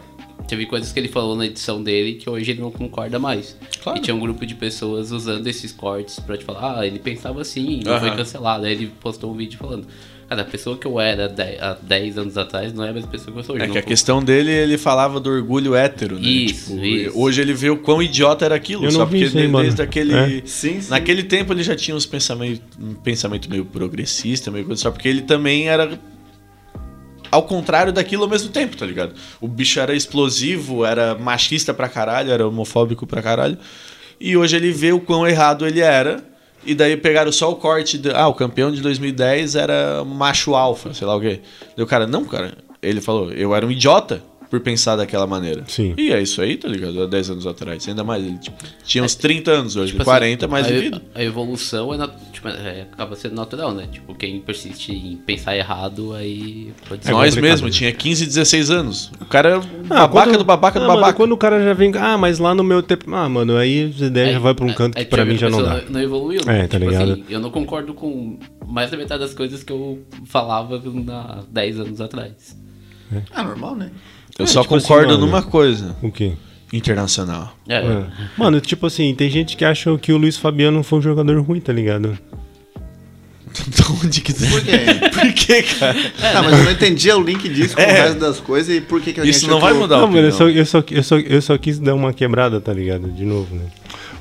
S2: teve coisas que ele falou na edição dele que hoje ele não concorda mais.
S5: Claro.
S2: E tinha um grupo de pessoas usando esses cortes pra te falar, ah, ele pensava assim, não
S5: Aham.
S2: foi cancelado. Aí ele postou um vídeo falando, cara, a pessoa que eu era dez- há 10 anos atrás não é a mesma pessoa que eu sou hoje.
S5: É
S2: não
S5: que a
S2: con-
S5: questão dele, ele falava do orgulho hétero, né?
S2: Isso, isso.
S5: Hoje ele vê o quão idiota era aquilo.
S1: Eu não
S5: só
S1: vi
S5: porque
S1: isso aí,
S5: ele,
S1: mano.
S5: desde aquele.
S1: É.
S4: Sim, sim.
S5: Naquele tempo ele já tinha uns pensamento, um pensamento meio progressista, meio coisa, só porque ele também era ao contrário daquilo ao mesmo tempo, tá ligado? O bicho era explosivo, era machista pra caralho, era homofóbico pra caralho. E hoje ele vê o quão errado ele era. E daí pegaram só o corte. De, ah, o campeão de 2010 era um macho alfa, sei lá o quê. Daí o cara, não, cara. Ele falou, eu era um idiota por pensar daquela maneira.
S1: Sim.
S5: E é isso aí, tá ligado? Há 10 anos atrás. Ainda mais, ele tipo, tinha uns 30 anos hoje,
S2: Tipo assim,
S5: 40 é mais
S2: a,
S5: vivido.
S2: A evolução é, nat- tipo, é- acaba sendo natural, né? Tipo, quem persiste em pensar errado, aí pode ser.
S5: É Nós
S1: complicado,
S5: mesmo,
S1: né?
S5: tinha 15, 16 anos. O cara é um
S1: Ah,
S5: babaca
S1: quando-
S5: do babaca
S1: Ah,
S5: do
S1: mano,
S5: babaca.
S1: quando o cara já vem. Ah, mas lá no meu tempo. Ah, mano, aí a ideia já vai pra um
S2: Aí- é,
S1: canto
S2: aí
S1: que pra
S2: tu
S1: mim
S2: vê que a
S1: já não
S2: pessoa
S1: dá.
S2: Não evoluiu. Tipo assim,
S1: É, tá ligado?
S2: eu não concordo com mais da metade das coisas que eu falava há 10 anos atrás.
S4: Ah, normal, né?
S5: Eu
S1: É,
S5: só
S1: tipo assim,
S5: concordo
S1: mano.
S5: numa coisa:
S1: O quê?
S5: internacional.
S2: É,
S1: É. Mano, tipo assim, tem gente que acha que o Luiz Fabiano foi um jogador ruim, tá ligado?
S5: Então, De onde quiser.
S4: Por
S1: É,
S4: quê?
S5: Por que, cara?
S4: tá,
S1: né?
S4: mas eu não entendia o link disso com o
S5: É.
S4: resto das coisas e por que, que alguém
S5: Isso
S4: achou
S5: não vai
S4: que eu-
S5: mudar
S1: não,
S5: o
S1: mano, eu só, eu, só, eu, só, eu só quis dar uma quebrada, tá ligado? De novo, né?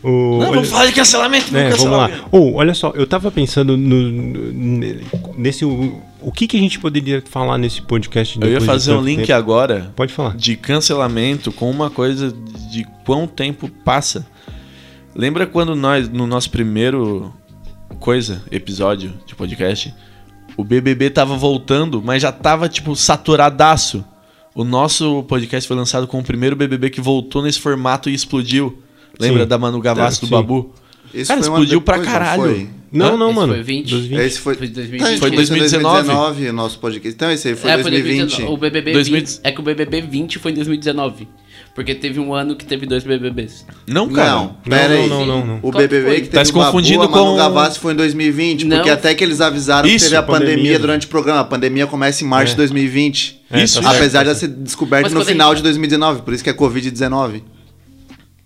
S1: O,
S5: Não,
S1: olha-
S5: vamos falar de cancelamento,
S1: né,
S5: vamos
S1: vamos
S5: cancelar.
S1: lá. Ou, olha só, eu tava pensando no, no- nesse. O, o que, que a gente poderia falar nesse podcast
S5: Eu ia
S1: depois de
S5: fazer um
S1: tanto
S5: link
S1: tempo?
S5: agora
S1: Pode falar.
S2: Ah,
S5: de cancelamento com uma coisa de quão tempo passa. Lembra quando nós, no nosso primeiro coisa, episódio de podcast, o BBB tava voltando, mas já tava, tipo, saturadaço. O nosso podcast foi lançado com o primeiro BBB que voltou nesse formato e explodiu. Lembra
S1: Sim.
S5: da Manu Gavassi
S1: É,
S5: do
S1: sim.
S5: Babu?
S4: Isso
S5: Cara,
S4: foi uma
S5: explodiu pra
S4: depois, não
S5: caralho.
S4: foi?
S1: Não,
S5: Hã?
S1: não,
S2: Esse
S1: mano.
S2: foi 20.
S1: Dos
S4: Esse foi.
S2: Foi 2020.
S4: Tá, a gente
S5: Foi
S4: fez em
S5: 2019.
S4: 2019 o nosso podcast. Então esse aí foi
S2: É,
S4: 2020.
S2: 2019. O BBB
S5: 2020.
S2: 20... É que o BBB 20 foi em 2019. Porque teve um ano que teve dois BBBs.
S5: Não, cara.
S4: Não,
S1: Não,
S4: pera
S1: não,
S4: aí.
S1: não, não, não.
S4: O
S2: Claro que
S4: BBB
S2: foi.
S4: que teve
S5: Tá se
S4: o Babu,
S5: confundindo
S4: a Manu
S5: com-
S4: Gavassi foi em 2020, porque
S2: Não.
S4: até que eles avisaram
S5: Isso,
S4: que teve a pandemia,
S1: pandemia.
S4: durante o programa. A pandemia começa em março de 2020.
S1: É,
S5: Isso,
S1: tá certo.
S4: Apesar de ela ser descoberta
S2: Mas
S4: no
S2: quando a
S4: final
S2: gente-
S4: de 2019, por isso que é Covid-19.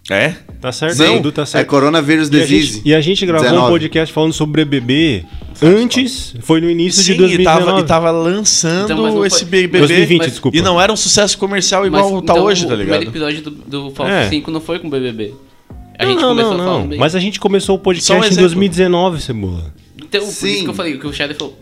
S5: É?
S1: Tá certo,
S4: Não,
S1: Edu, tá
S4: é
S1: certo.
S4: coronavírus
S1: E a,
S4: disease.
S1: gente, e a gente gravou
S4: 19.
S1: um podcast falando sobre BBB antes, foi no início de
S5: e tava,
S1: 2019.
S5: e tava lançando
S2: Então, mas não
S5: esse
S2: foi-
S5: BBB.
S1: 2020,
S5: mas-
S1: desculpa.
S5: E não era um sucesso comercial
S2: Mas,
S5: igual tá
S2: então,
S5: hoje, tá
S2: O
S5: ligado?
S2: primeiro episódio do, do Falco
S1: É.
S2: 5 não foi com o BBB. A
S1: Não,
S2: gente
S1: não,
S2: começou
S1: não,
S2: a falar
S1: não.
S2: meio-
S1: Mas a gente começou o
S5: Só um
S1: podcast em
S5: exemplo.
S1: 2019, Cebola.
S2: Então, por
S4: Sim.
S2: isso que eu falei, o que o Shadow falou.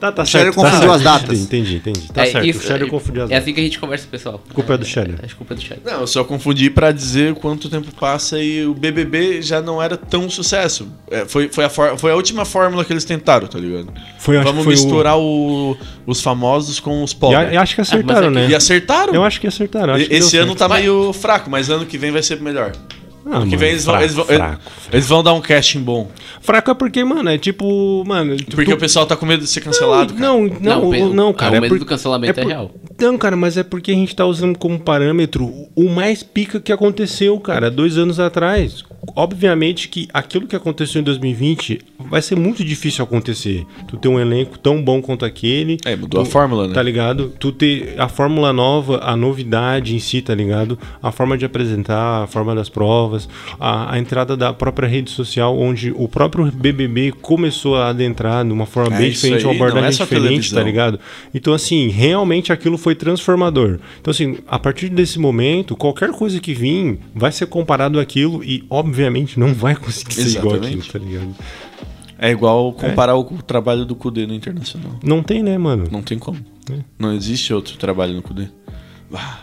S1: Tá, tá
S4: O Scherer
S1: certo. tá
S4: confundiu
S1: certo.
S4: as datas.
S1: Entendi, entendi. Tá
S2: É
S1: certo.
S2: isso-
S1: o Shadow confundiu as
S2: É
S1: datas.
S2: assim que a gente conversa, pessoal.
S1: Culpa é do Shadow.
S2: É, é culpa do Shadow.
S5: Não, eu só confundi pra dizer quanto tempo passa e o BBB já não era tão sucesso. É, foi, foi, a for- foi a última fórmula que eles tentaram, tá ligado?
S1: Foi, eu acho
S5: Vamos
S1: que foi o-
S5: misturar o- os famosos com os
S1: E,
S5: pobres.
S1: a- e acho que acertaram,
S2: Ah, mas é
S1: né?
S5: E acertaram.
S1: Eu acho que acertaram. acho que
S5: Esse
S1: deu
S5: ano
S1: certo.
S5: tá meio fraco, mas ano que vem vai ser melhor.
S1: Ah,
S5: ano que
S1: mano,
S5: vem eles vão,
S1: fraco,
S5: eles, vão,
S1: fraco,
S5: eles- eles vão dar um casting bom.
S1: Fraco é porque, mano, é tipo. Mano, tu-
S5: Porque
S1: tu-
S5: o pessoal tá com medo de ser cancelado. cara.
S1: Não, não,
S2: pe-
S1: não, não, cara.
S2: O medo
S1: por-
S2: do cancelamento é,
S1: por-
S2: real.
S1: Não, cara, mas é porque a gente tá usando como parâmetro o mais pica que aconteceu, cara, dois anos atrás. Obviamente que aquilo que aconteceu em 2020 vai ser muito difícil acontecer. Tu ter um elenco tão bom quanto aquele.
S5: É, mudou
S1: Tu-
S5: a fórmula, né?
S1: Tá ligado? Tu ter a fórmula nova, a novidade em si, tá ligado? A forma de apresentar, a forma das provas, a, a entrada da própria rede social, onde o próprio BBB começou a adentrar de uma forma
S5: É
S1: bem
S5: isso
S1: diferente, uma
S5: aí, não é
S1: abordagem
S5: só
S1: diferente, tá
S5: televisão.
S1: ligado? ligado? Então, assim, realmente aquilo foi transformador. Então, assim, a partir desse momento, qualquer coisa que vir vai ser comparado àquilo e, obviamente, não vai conseguir ser igual àquilo,
S5: Exatamente.
S1: tá ligado?
S5: É igual comparar o, o trabalho do Kudê no Internacional.
S1: Não tem, né, mano?
S5: Não tem como. Não existe outro trabalho no Kudê. Ah,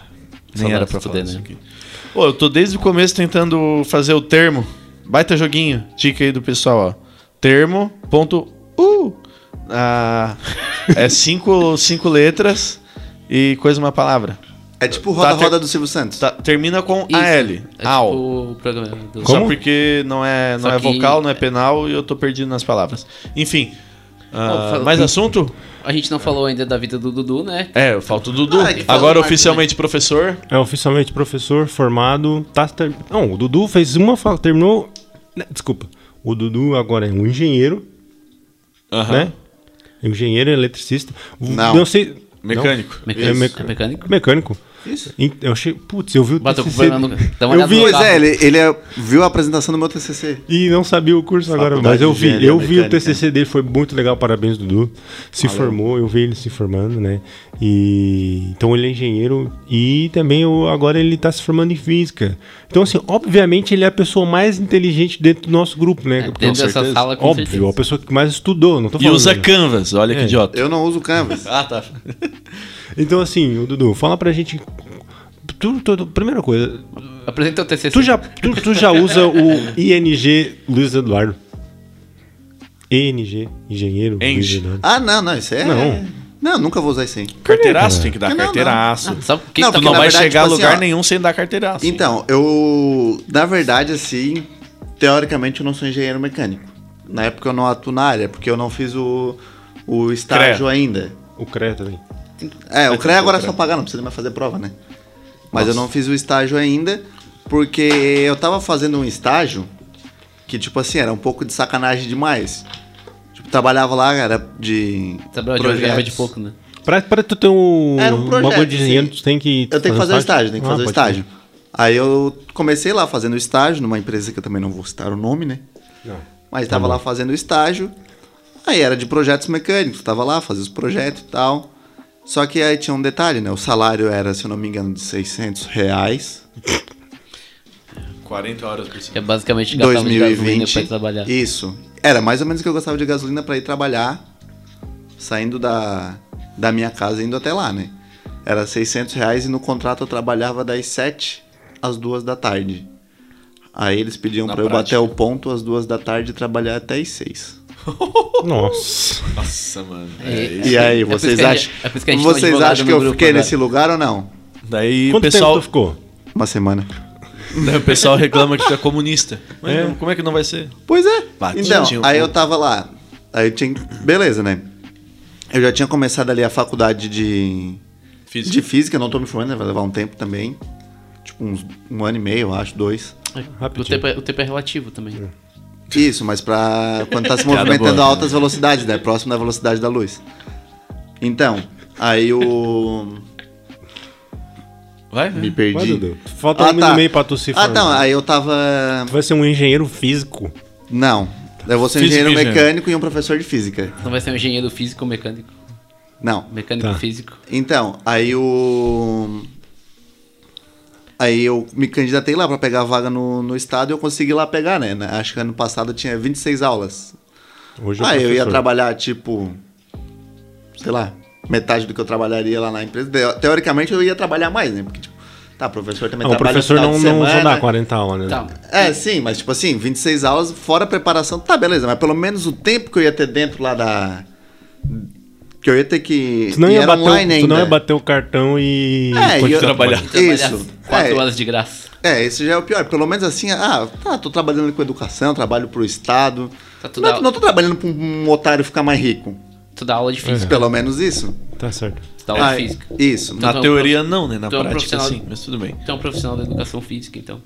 S5: nem
S2: Saudades
S5: era pra
S2: do
S5: falar
S2: Kudê,
S5: isso
S2: né?
S5: aqui. Pô, eu tô desde o começo tentando fazer o termo. Baita joguinho. Dica aí do pessoal, ó. Termo. Ponto. Uh! Ah, é cinco, cinco letras e coisa uma palavra.
S4: É tipo
S1: Tá
S4: roda-roda
S5: ter-
S4: do Silvio Santos.
S5: Tá- termina com
S2: Isso,
S5: AL.
S2: É
S5: AL.
S2: tipo o programa do...
S1: Como?
S5: Só porque não é, não
S2: Só
S5: é
S2: que-
S5: vocal, não é penal e eu tô perdido nas palavras. Enfim. ah,
S2: Ó, fala-
S5: mais assunto?
S2: A gente não falou ainda da vida do Dudu, né?
S5: É, falta o Dudu.
S4: Ah, é que fala
S5: Agora
S4: do Marco,
S5: oficialmente professor.
S1: É oficialmente professor, formado. Tá ter- Não, o Dudu fez uma. fa- Terminou. né, Desculpa. O Dudu agora é um engenheiro,
S5: Aham.
S1: né? Engenheiro, eletricista. V-
S4: Não.
S1: sei.
S5: Mecânico.
S2: Mecânico.
S1: É mec-
S2: É mecânico.
S1: Não? Mecânico.
S4: Isso.
S1: In- Eu achei. Putz, eu vi o
S2: Bateu
S1: TCC
S2: com o
S1: dele.
S2: Fernando- Dá uma
S1: Eu
S2: olhada
S1: vi
S2: no
S4: Pois
S2: carro.
S4: é, ele, ele é- viu a apresentação do meu TCC.
S1: E não sabia o curso agora,
S4: Faculdade
S1: mas eu
S4: de
S1: vi,
S4: Engenharia
S1: eu vi o
S4: Mecânica.
S1: TCC dele, foi muito legal, parabéns Dudu. Se formou, eu vi ele se formando, né? E então ele é engenheiro e também eu, agora ele tá se formando em física. Então assim, obviamente ele é a pessoa mais inteligente dentro do nosso grupo, né?
S2: É,
S1: Porque,
S2: dentro dessa
S5: certeza.
S2: sala, com
S1: óbvio,
S2: certeza.
S1: a pessoa que mais estudou, não tô
S5: E
S1: falando.
S5: usa
S1: né?
S5: Canvas, olha que
S1: É.
S5: idiota.
S4: Eu não uso Canvas.
S5: Ah, tá.
S1: Então assim, o Dudu, fala pra gente tu- tu- tu- primeira coisa,
S2: Apresenta o TCC.
S1: tu já tu, tu já usa o ING Luiz Eduardo? ENG, engenheiro Luiz
S5: Eng.
S1: Eduardo.
S4: Ah, não, não, isso é.
S1: Não.
S4: Não, nunca vou usar isso aí.
S5: Carteiraço, tem que dar
S4: Não, não, não.
S5: carteiraço.
S2: Sabe quem
S4: Não,
S2: tá
S5: Tu
S4: porque
S5: não
S4: na
S5: vai
S4: verdade,
S5: chegar a
S4: tipo assim,
S5: lugar
S4: ó.
S5: nenhum sem dar carteiraço.
S4: Então, eu. Na verdade, assim. Teoricamente, eu não sou engenheiro mecânico. Na época, eu não atuo na área, porque eu não fiz o, o estágio
S5: Credo.
S4: ainda.
S1: O Creta também.
S4: É, o
S5: Vai
S4: CREA
S5: ter
S4: agora é
S5: que
S4: só pagar, não precisa mais fazer prova, né? Mas eu não fiz o estágio ainda, porque eu tava fazendo um estágio que, tipo assim, era um pouco de sacanagem demais. Tipo, trabalhava lá, era de.
S2: Sabe, tá eu
S4: projetos.
S2: ganhava de pouco, né?
S1: Pra, pra tu ter um,
S4: Era um projeto,
S1: bagulho de dinheiro,
S4: sim.
S1: tu tem que. Ah,
S4: Eu tenho que fazer o estágio, Ah,
S1: tem
S4: tenho que fazer o estágio. Aí eu comecei lá fazendo o estágio numa empresa que eu também não vou citar o nome, né? Mas tava lá fazendo o estágio. Aí era de projetos mecânicos, tava lá, fazia os projetos e tal. Só que aí tinha um detalhe, né? O salário era, se eu não me engano, de 600 reais.
S5: 40 horas por
S2: Que é
S5: semana.
S2: basicamente gastava de gasolina
S4: 2020.
S2: pra ir trabalhar.
S4: Isso. Era mais ou menos o que eu gostava de gasolina pra ir trabalhar, saindo da, da minha casa e indo até lá, né? Era 600 reais e no contrato eu trabalhava das 7 às 2 da tarde. Aí eles pediam
S5: Na
S4: pra eu bater
S5: prática.
S4: o ponto às 2 da tarde e trabalhar até às 6.
S1: Nossa.
S5: Nossa, mano.
S2: É,
S5: É isso.
S4: E aí,
S2: por isso
S4: vocês
S2: que a gente-
S4: acham,
S2: é por isso que a gente tem um
S4: vocês
S2: advogado
S4: acham
S2: no
S4: que eu
S2: grupo
S4: fiquei
S2: agora.
S4: nesse lugar ou não?
S5: Daí o
S1: Quanto
S5: pessoal,
S1: tempo tu ficou?
S4: Uma semana.
S5: daí o pessoal reclama que tu é comunista. Mas
S1: É.
S5: não, como é que não vai ser?
S4: Pois é.
S5: Bate,
S4: então,
S5: tinha um
S4: aí eu
S5: ponto.
S4: tava lá. Aí tinha. Beleza, né? Eu já tinha começado ali a faculdade de.
S5: Física.
S4: De física, não tô me formando, né? vai levar um tempo também. Tipo, uns, um ano e meio, eu acho, dois.
S2: O
S1: Rapidinho.
S2: tempo, é, o tempo é relativo também.
S4: Isso, mas pra. Quando tá se
S5: Piada
S4: movimentando a
S5: boa.
S4: altas velocidades, né? Próximo da velocidade da luz. Então, aí o.
S5: Vai?
S4: Me
S5: né?
S1: Vai,
S4: perdi.
S1: Dudu. Falta um minuto e meio pra tu se
S4: Ah, não,
S1: formar.
S4: aí eu tava.
S1: Tu vai ser um engenheiro físico.
S4: Não. Eu vou ser
S5: Física
S4: um
S5: e
S4: engenheiro
S5: engenheiro.
S4: mecânico e um professor de física.
S2: Não vai ser um engenheiro físico ou mecânico. um
S4: Não.
S2: Mecânico
S1: Tá.
S2: físico.
S4: Então, aí o. Aí eu me candidatei lá pra pegar a vaga no, no estado e eu consegui lá pegar, né? Na- Acho que ano passado eu tinha 26 aulas.
S1: Hoje é
S4: Aí Ah, eu ia
S1: professor.
S4: trabalhar, tipo, sei lá, metade do que eu trabalharia lá na empresa. Te- Teoricamente eu ia trabalhar mais, né? Porque, tipo, tá, professor também
S1: Não, Ah, o
S4: trabalha
S1: professor
S4: final
S1: não,
S4: de
S1: não
S4: semana.
S1: não dá 40 aulas, né?
S2: Tá.
S4: É, sim, mas tipo assim, 26 aulas fora a preparação, tá beleza, mas pelo menos o tempo que eu ia ter dentro lá da. Que eu ia ter que.
S1: Tu não,
S4: e
S1: ia
S4: era
S1: bater,
S4: online
S1: o, tu não ia
S4: ainda.
S1: bater o cartão e.
S4: É,
S1: Pode
S4: e eu-
S1: trabalhar.
S2: Trabalhar
S4: Isso.
S2: quatro
S4: É.
S2: horas de graça.
S4: É, isso já é o pior. Pelo menos assim, ah, tá, tô trabalhando com educação, trabalho pro Estado.
S2: Tá tudo
S4: não,
S2: a-
S4: não tô trabalhando pra um otário ficar mais rico.
S2: Tu dá aula de
S1: É.
S2: física.
S4: Pelo menos isso.
S1: Tá certo.
S2: Tu dá aula
S4: Ah,
S2: de física.
S4: Isso.
S5: Na
S2: Então,
S5: teoria não, né? Na
S2: então,
S5: prática
S2: profissional-
S5: sim, mas tudo bem.
S2: Tu é um profissional da educação física, então.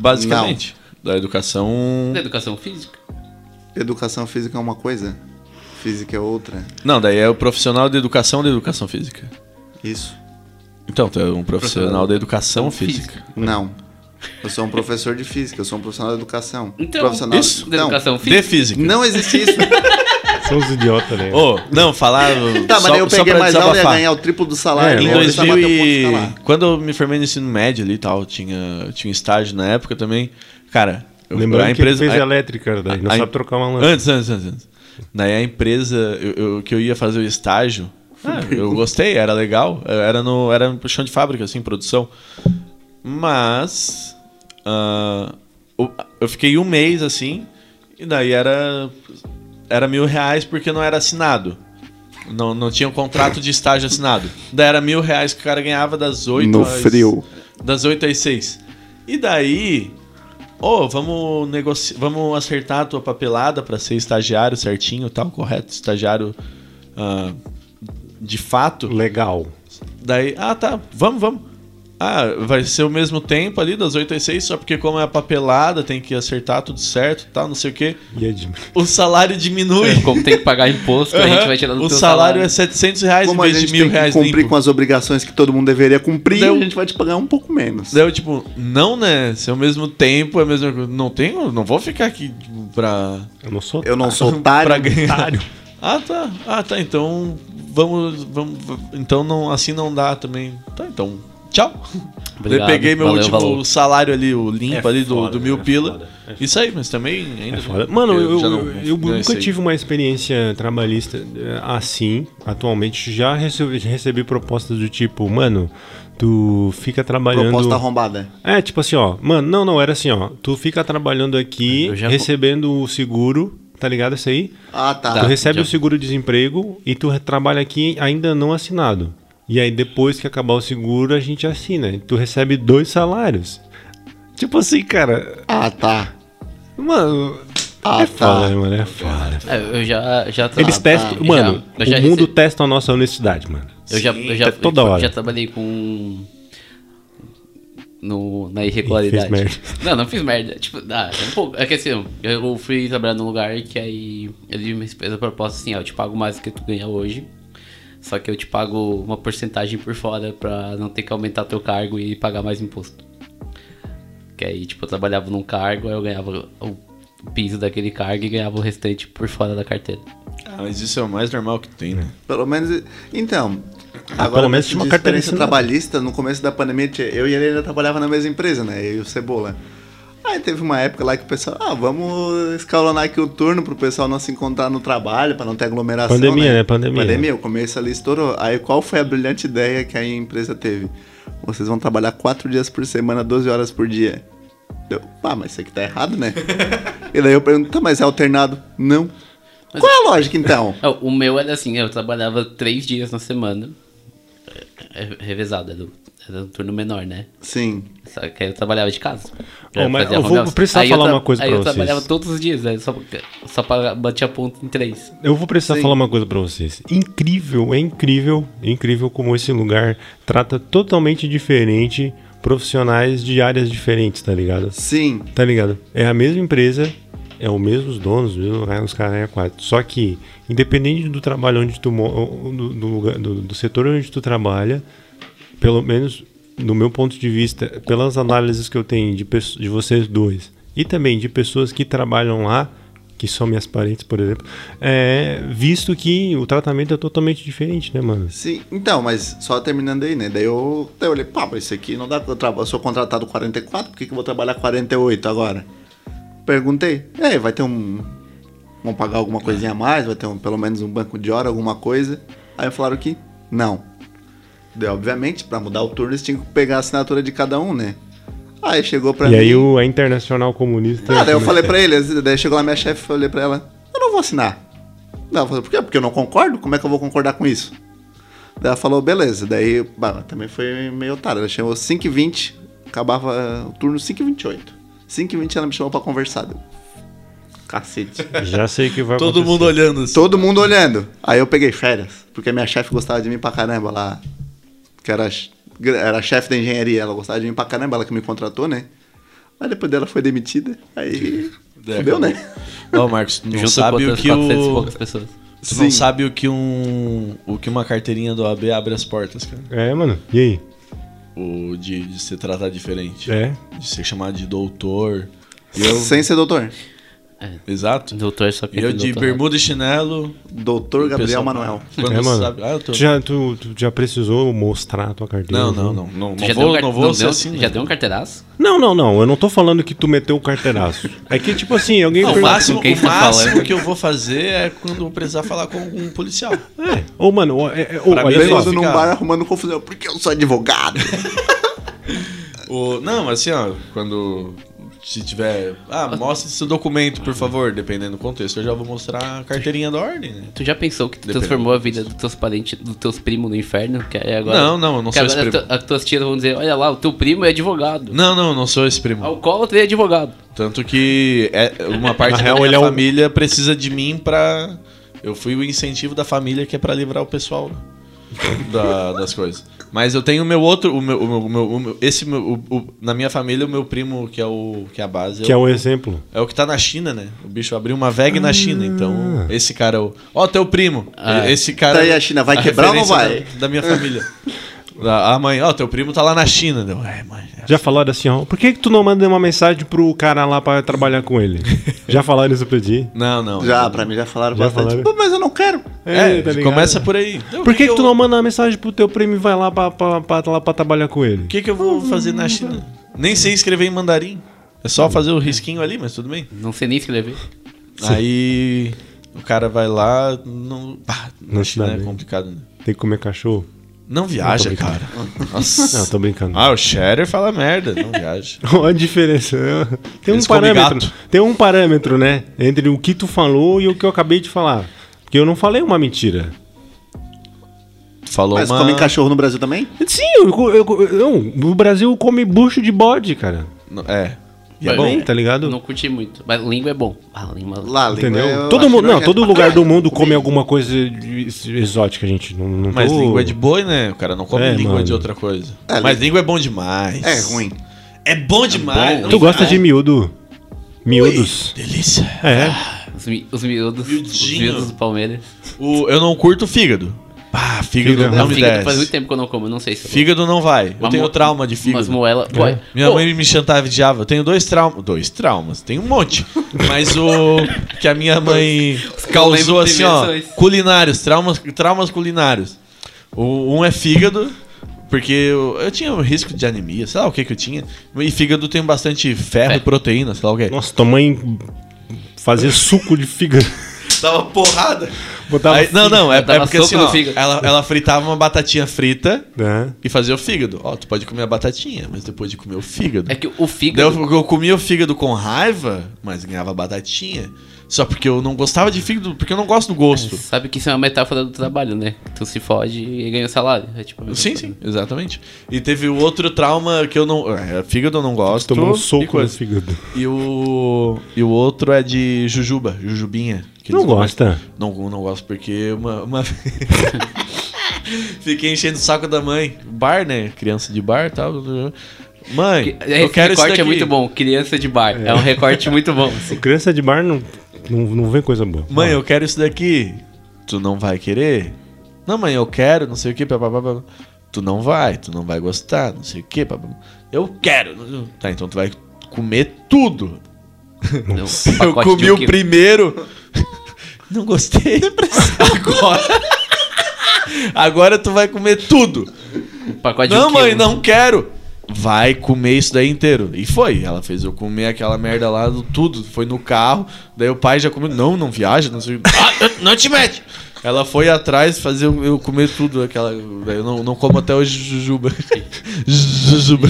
S5: Basicamente, da educação.
S2: Da educação física?
S4: Educação física é uma coisa, física é outra.
S5: Não, daí é o profissional da educação da educação física.
S4: Isso.
S5: Então, tu é um profissional da educação física.
S4: Não. Eu sou um professor de física, eu sou um profissional da educação.
S2: Então,
S4: profissional
S5: isso,
S2: Da
S4: não.
S2: educação
S5: De
S2: física?
S5: física.
S4: Não existe isso.
S1: São os idiotas, né?
S5: Ô, não, falar.
S4: Tá, mas
S5: só,
S4: daí eu
S5: só
S4: peguei
S5: pra
S4: mais aula e ia
S5: desabafar.
S4: ganhar o triplo do salário.
S1: É,
S5: Em
S4: né?
S1: Não,
S4: Eu ia bater
S5: 2000
S4: o ponto de
S5: e...
S4: ficar lá.
S5: Quando eu me formei no ensino médio ali e tal, tinha, tinha um estágio na época também. Cara, eu,
S1: Lembrando
S5: a
S1: que ele
S5: empresa...
S1: fez
S5: a-
S1: elétrica, daí não
S5: a-
S1: sabe trocar uma lâmpada.
S5: Antes, antes, antes. antes. Daí a empresa eu, eu- que eu ia fazer o estágio, ah, eu gostei, era legal. Era no era no chão de fábrica, assim, produção. Mas... ah, o- eu fiquei um mês, assim, e daí era... Era mil reais porque não era assinado. Não, não tinha um contrato de estágio assinado. Daí era mil reais que o cara ganhava das 8
S4: No
S5: às,
S4: frio.
S5: Das 8 às 6. E daí. Ô, vamos negociar. Vamos acertar a tua papelada pra ser estagiário certinho tal, correto? Estagiário ah, de fato.
S1: Legal.
S5: Daí, ah tá, vamos, vamos. Ah, vai ser o mesmo tempo ali, das 8 às 6, só porque como é a papelada, tem que acertar tudo certo tal, não sei o quê.
S1: E é de...
S5: O salário diminui.
S2: É, Como tem que pagar imposto, É, a gente vai tirar do
S5: o
S2: teu
S5: salário, é 700 reais
S4: Como
S5: em
S4: a
S5: vez
S4: gente
S5: de mil
S4: tem que
S5: reais
S4: cumprir
S5: limpo.
S4: com as obrigações que todo mundo deveria cumprir,
S5: Deu-
S4: a gente vai te pagar um pouco menos.
S5: Daí eu, tipo, não, né? Se é o mesmo tempo, é a mesma coisa. Não tenho, não vou ficar aqui tipo, pra.
S1: Eu não sou.
S4: Eu não sou
S5: pra
S4: otário.
S5: ganhar. Ah, tá. Ah, tá. Então vamos. vamos então não, assim não dá também. Tá, então. Tchau.
S2: Obrigado,
S5: Daí peguei meu
S2: valeu,
S5: último
S2: valor.
S5: salário ali, o limpo
S1: É
S5: ali do,
S1: foda,
S5: do mil
S1: é
S5: pila.
S1: foda, é foda.
S5: Isso aí, mas também ainda.
S1: É foda. Mano, eu, eu,
S5: já não-
S1: eu
S5: não
S1: nunca
S5: sei.
S1: tive uma experiência trabalhista eh, assim. Atualmente já recebi, já recebi propostas do tipo, mano, tu fica trabalhando.
S4: Proposta arrombada.
S1: É, tipo assim, ó. Mano, não, não, era assim, ó. Tu fica trabalhando aqui,
S2: Eu já-
S1: recebendo o seguro, tá ligado isso aí?
S4: Ah, tá.
S1: tu
S2: Tá.
S1: recebe
S2: já-
S1: o seguro-desemprego e tu re- trabalha aqui ainda não assinado. E aí depois que acabar o seguro, a gente assina. E tu recebe dois salários. Tipo assim, cara.
S4: Ah, tá.
S1: Mano.
S4: Ah,
S1: é foda,
S4: tá.
S1: mano. É foda.
S2: É, eu já, já tra-
S1: Eles testam.
S2: tá. já-
S1: mano,
S2: eu já
S1: o mundo
S2: recebi-
S1: testa a nossa honestidade, mano.
S2: Eu já, eu já,
S1: tá toda
S2: eu
S1: hora.
S2: já trabalhei com. No, na irregularidade.
S1: Ih, fez
S2: Não, não fiz merda. Tipo, ah, é um pouco. É que assim, eu fui trabalhar num lugar que aí ele me fez a proposta assim: ó, eu te pago mais do que tu ganha hoje. Só que eu te pago uma porcentagem por fora pra não ter que aumentar teu cargo e pagar mais imposto. Que aí, tipo, eu trabalhava num cargo, aí eu ganhava o piso daquele cargo e ganhava o restante por fora da carteira.
S5: Ah, mas isso é o mais normal que tem, né?
S4: Pelo menos. Então. Agora,
S1: Ah, pelo menos
S4: eu
S1: tinha uma
S4: tive
S1: carteira
S4: experiência
S1: assinada.
S4: trabalhista no começo da pandemia. tinha- Eu e ele ainda trabalhava na mesma empresa, né? Eu e o Cebola. Aí teve uma época lá que o pessoal, ah, vamos escalonar aqui o turno pro pessoal não se encontrar no trabalho, pra não ter aglomeração.
S1: Pandemia, né? Pandemia.
S4: Pandemia, o começo ali estourou. Aí qual foi a brilhante ideia que a empresa teve? Vocês vão trabalhar quatro dias por semana, 12 horas por dia. Eu, pá, mas isso aqui tá errado, né? e daí eu pergunto, tá, mas é alternado? Não. Qual é a lógica então?
S2: É, O meu era assim, eu trabalhava três dias na semana. É, é, Revezado, era, o- era um turno menor, né?
S4: Sim.
S2: Só que aí eu trabalhava de casa.
S1: Ô, mas
S2: fazia
S1: eu
S2: home
S1: vou
S2: office.
S1: precisar
S2: Aí eu
S1: falar
S2: tra-
S1: uma coisa
S2: aí
S1: pra
S2: eu
S1: vocês.
S2: trabalhava todos os dias, né? só, só pra bater a ponta em três.
S1: Eu vou precisar
S4: Sim.
S1: falar uma coisa pra vocês. Incrível, é incrível, é incrível como esse lugar trata totalmente diferente profissionais de áreas diferentes, tá ligado?
S4: Sim.
S1: Tá ligado? É a mesma empresa, é o mesmo os donos, mesmo, é os caras é quatro. Só que, independente do trabalho onde tu mo- do, do lugar- do- do setor onde tu trabalha, pelo menos do meu ponto de vista, pelas análises que eu tenho de, pesso- de vocês dois e também de pessoas que trabalham lá, que são minhas parentes, por exemplo, é, visto que o tratamento é totalmente diferente, né, mano?
S4: Sim, então, mas só terminando aí, né? Daí eu, daí eu olhei, pá, mas isso aqui não dá. Eu, tra- eu sou contratado 44, por que, que eu vou trabalhar 48 agora? Perguntei. É, vai ter um, vão pagar alguma coisinha a mais, vai ter um- pelo menos um banco de hora, alguma coisa. Aí falaram que não. Daí, obviamente, pra mudar o turno, eles tinham que pegar a assinatura de cada um, né? Aí chegou pra
S1: E
S4: mim.
S1: aí o, a Internacional Comunista.
S4: Ah, daí eu falei pra ele, daí chegou lá minha chefe, eu falei pra ela, eu não vou assinar. Daí ela falou, por quê? Porque eu não concordo? Como é que eu vou concordar com isso? Daí ela falou, beleza. Daí, bah, também foi meio otário. Ela chamou 5h20, acabava o turno 5h28. 5h20 ela me chamou pra conversar. Deu, Cacete.
S1: Já sei que vai
S5: Todo
S1: acontecer.
S5: mundo olhando. assim.
S4: Todo mundo olhando. Aí eu peguei férias, porque minha chefe gostava de mim pra caramba lá. Que era, era chefe da engenharia, ela gostava de mim pra caramba, ela que me contratou, né? Aí depois dela foi demitida, aí...
S5: Daí
S4: Fudeu,
S5: acabou.
S4: né?
S5: Ó, Marcos, tu não
S2: Junto com
S5: sabe o
S2: outras
S5: que
S2: 400 e
S5: o...
S2: poucas pessoas.
S5: Tu não
S4: Sim.
S5: sabe o que um... O que uma carteirinha do AB abre as portas, cara.
S1: É, mano. E aí?
S5: O de, de ser tratado diferente.
S1: É.
S5: De ser chamado de doutor.
S4: Sem ser doutor.
S5: Exato.
S2: Doutor só que
S5: Eu de
S2: doutorado.
S5: bermuda e chinelo.
S4: Doutor
S5: o
S4: Gabriel
S5: pessoal-
S4: Manuel.
S5: Quando
S1: é,
S5: você
S1: mano.
S5: sabe- Ah, eu tô...
S1: tu, já, tu, tu já precisou mostrar a tua carteira?
S5: Não, não,
S1: viu?
S5: não. Não,
S2: Tu
S5: não
S2: já
S5: vou,
S2: deu um,
S5: não
S2: car-
S5: vou
S2: não
S5: ser
S2: deu-
S5: assim.
S2: Já
S5: né?
S2: deu um carteiraço?
S1: Não, não, não. Eu não tô falando que tu meteu o carteiraço. é que, tipo assim, alguém
S5: Não, o
S1: pergunta-
S5: máximo,
S2: com quem
S5: o
S2: tá
S5: máximo
S2: falando.
S5: que eu vou fazer é quando eu precisar falar com algum policial.
S1: É. Ô, mano, ô, é, é, ô,
S5: Pra mim,
S1: olha só.
S5: beleza.
S4: Bêbado num
S5: fica-
S4: bar arrumando confusão. Porque eu sou advogado.
S5: O, não, assim, ó, quando se tiver. Ah, mostra esse documento, por favor, dependendo do contexto. Eu já vou mostrar a carteirinha da ordem, né?
S2: Tu já pensou que tu
S5: Depende.
S2: transformou a vida dos teus parentes, dos teus primos no inferno? Que aí agora,
S5: Não, não, eu não
S2: que
S5: sou esse
S2: agora
S5: primo.
S2: tu- As tuas tias vão dizer, olha lá, o teu primo é advogado. "Ah,
S5: Não, não, não sou esse primo.
S2: Alcoólatra e é advogado.
S5: Tanto que é, uma parte
S1: Na
S5: da
S1: real,
S5: minha
S1: ele é um-
S5: família precisa de mim pra. Eu fui o incentivo da família que é pra livrar o pessoal da- das coisas. Mas eu tenho o meu outro. O meu, o meu- o meu- o meu- esse meu- o- o- na minha família, o meu primo, que é o que é a base,
S1: Que
S5: é,
S1: é
S5: o,
S1: o exemplo.
S5: é o que tá na China, né? O bicho abriu uma VEG na China.
S1: Ah.
S5: Então, esse cara é o. Ó, teu primo!
S2: Ah.
S5: Esse cara.
S4: é. Daí a China vai quebrar ou não
S5: referência
S4: vai?
S5: Da, da minha família. Da- A mãe, ó, teu primo tá lá na China. Eu, é, mãe. é.
S1: Já falaram assim, ó. Por que, que tu não manda uma mensagem pro cara lá pra trabalhar com ele? já falaram isso pra ti?
S5: Não, não.
S4: Já, pra mim já falaram
S1: Já
S4: bastante.
S1: falaram?
S4: Pô, mas eu não quero.
S5: É,
S1: tá ligado?
S5: começa por aí. Então,
S1: Por que, que tu não manda uma mensagem pro teu primo e vai lá pra, pra, pra, lá pra trabalhar com ele?
S5: O que, que eu vou fazer na China? Nem sei escrever em mandarim. É só fazer o risquinho ali, mas tudo bem.
S2: Não sei nem escrever.
S5: Aí o cara vai lá. Não, pá,
S1: Não
S5: na
S1: se dá
S5: China é
S1: bem.
S5: complicado, né?
S1: Tem que comer cachorro?
S5: Não viaja,
S1: Não, tô
S5: cara.
S1: Não,
S5: Nossa.
S1: tô brincando.
S5: Ah, o Shatter fala merda, não viaja.
S1: Olha a diferença. Tem um,
S5: Eles comem
S1: parâmetro,
S5: gato.
S1: tem um parâmetro, né? Entre o que tu falou e o que eu acabei de falar. Porque eu não falei uma mentira.
S5: Tu Falou
S4: Mas
S5: uma...
S4: comem cachorro no Brasil também?
S1: Sim, eu, eu- eu- não, o Brasil come bucho de bode, cara.
S5: Não, É. E é
S2: Mas-
S5: bom.
S1: Bem, tá ligado?
S2: Não curti muito. Mas língua é bom. Ah, língua...
S4: Lá,
S1: Entendeu?
S4: língua é-
S1: todo
S4: acho
S1: mundo,
S4: que
S1: não,
S4: é-
S1: todo lugar do mundo come alguma coisa de- exótica, gente. Não, não
S5: Mas
S1: tô-
S5: língua é de boi, né? O cara não come
S1: É,
S5: língua
S1: mano.
S5: de outra coisa.
S4: É,
S5: mas língua é bom demais.
S4: É ruim.
S5: É bom demais.
S2: bom.
S5: não
S1: Tu gosta
S5: viaja.
S1: de miúdo? Miúdos.
S5: Delícia.
S1: É.
S2: Os, mi os miúdos. Os
S5: Miudinho.
S2: miúdos do Palmeiras.
S5: O, eu não curto o fígado. Ah, fígado,
S1: Fígado.
S5: não
S2: Não,
S5: me
S2: fígado
S5: desce.
S2: faz muito tempo que eu não como, não sei se... eu-
S5: Fígado não vai. Eu
S2: Uma
S5: tenho
S2: mo-
S5: trauma de
S2: Mas
S5: fígado.
S2: moela... Pô, é.
S5: Minha
S2: pô,
S5: mãe me chantageava. Eu tenho dois traumas. Dois traumas. Tem um monte. Mas o que a minha mãe causou
S2: lembro de
S5: assim, ó.
S2: dimensões.
S5: Culinários. Traumas, traumas culinários. O, um é fígado. Porque eu, eu tinha um risco de anemia, sei lá o que que eu tinha. E fígado tem bastante ferro e proteína, sei lá o que.
S1: Nossa, tua mãe fazia suco de fígado.
S5: Tava porrada.
S1: Botava
S5: Aí- não, não, é, é
S2: Botava
S5: porque
S2: soco
S5: assim,
S2: no
S5: ó,
S2: fígado.
S5: ela, ela fritava uma batatinha frita
S1: Né?
S5: e fazia o fígado. Ó, tu pode comer a batatinha, mas depois de comer o fígado.
S2: É que o
S5: Daí
S2: fígado...
S5: eu, eu comia o fígado com raiva, mas ganhava batatinha. Só porque eu não gostava de fígado, porque eu não gosto do gosto.
S2: Sabe que isso é uma metáfora do trabalho, né? Tu se fode e ganha o salário. É tipo a mesma
S5: Sim,
S2: coisa.
S5: sim, exatamente. E teve o outro trauma que eu não. É, fígado eu não gosto.
S1: Tomou um
S5: e
S1: soco no
S5: coisa.
S1: fígado.
S5: E o. E o outro é de jujuba, jujubinha. que
S1: Não
S5: eles comem.
S1: gosta.
S5: Não, não gosto porque uma. uma... Fiquei enchendo o saco da mãe. Bar, né? Criança de bar e tal. Mãe,
S2: Que- Esse
S5: eu quero isso
S2: recorte
S5: daqui.
S2: é muito bom, criança de bar. É, um recorte muito bom. assim.
S1: Criança de bar não, não, não vê coisa boa.
S5: Mãe, eu quero isso daqui. Tu não vai querer? Não, mãe, eu quero, não sei o que, papapá. Tu não vai, tu não vai gostar, não sei o que, papapá. Eu quero. Tá, então tu vai comer tudo.
S2: Deu um
S5: Eu
S2: pacote de
S5: comi
S2: um
S5: o
S2: quilo.
S5: primeiro. Não gostei. Agora. Agora tu vai comer tudo.
S2: Um pacote de
S5: não,
S2: um
S5: mãe,
S2: quilo.
S5: não quero. vai comer isso daí inteiro. E foi, ela fez eu comer aquela merda lá, do tudo, foi no carro, daí o pai já comeu, não, não viaja, não sei. Ah, não te mete! Ela foi atrás fazer eu eu comer tudo, aquela. Eu não, não como até hoje jujuba. jujuba.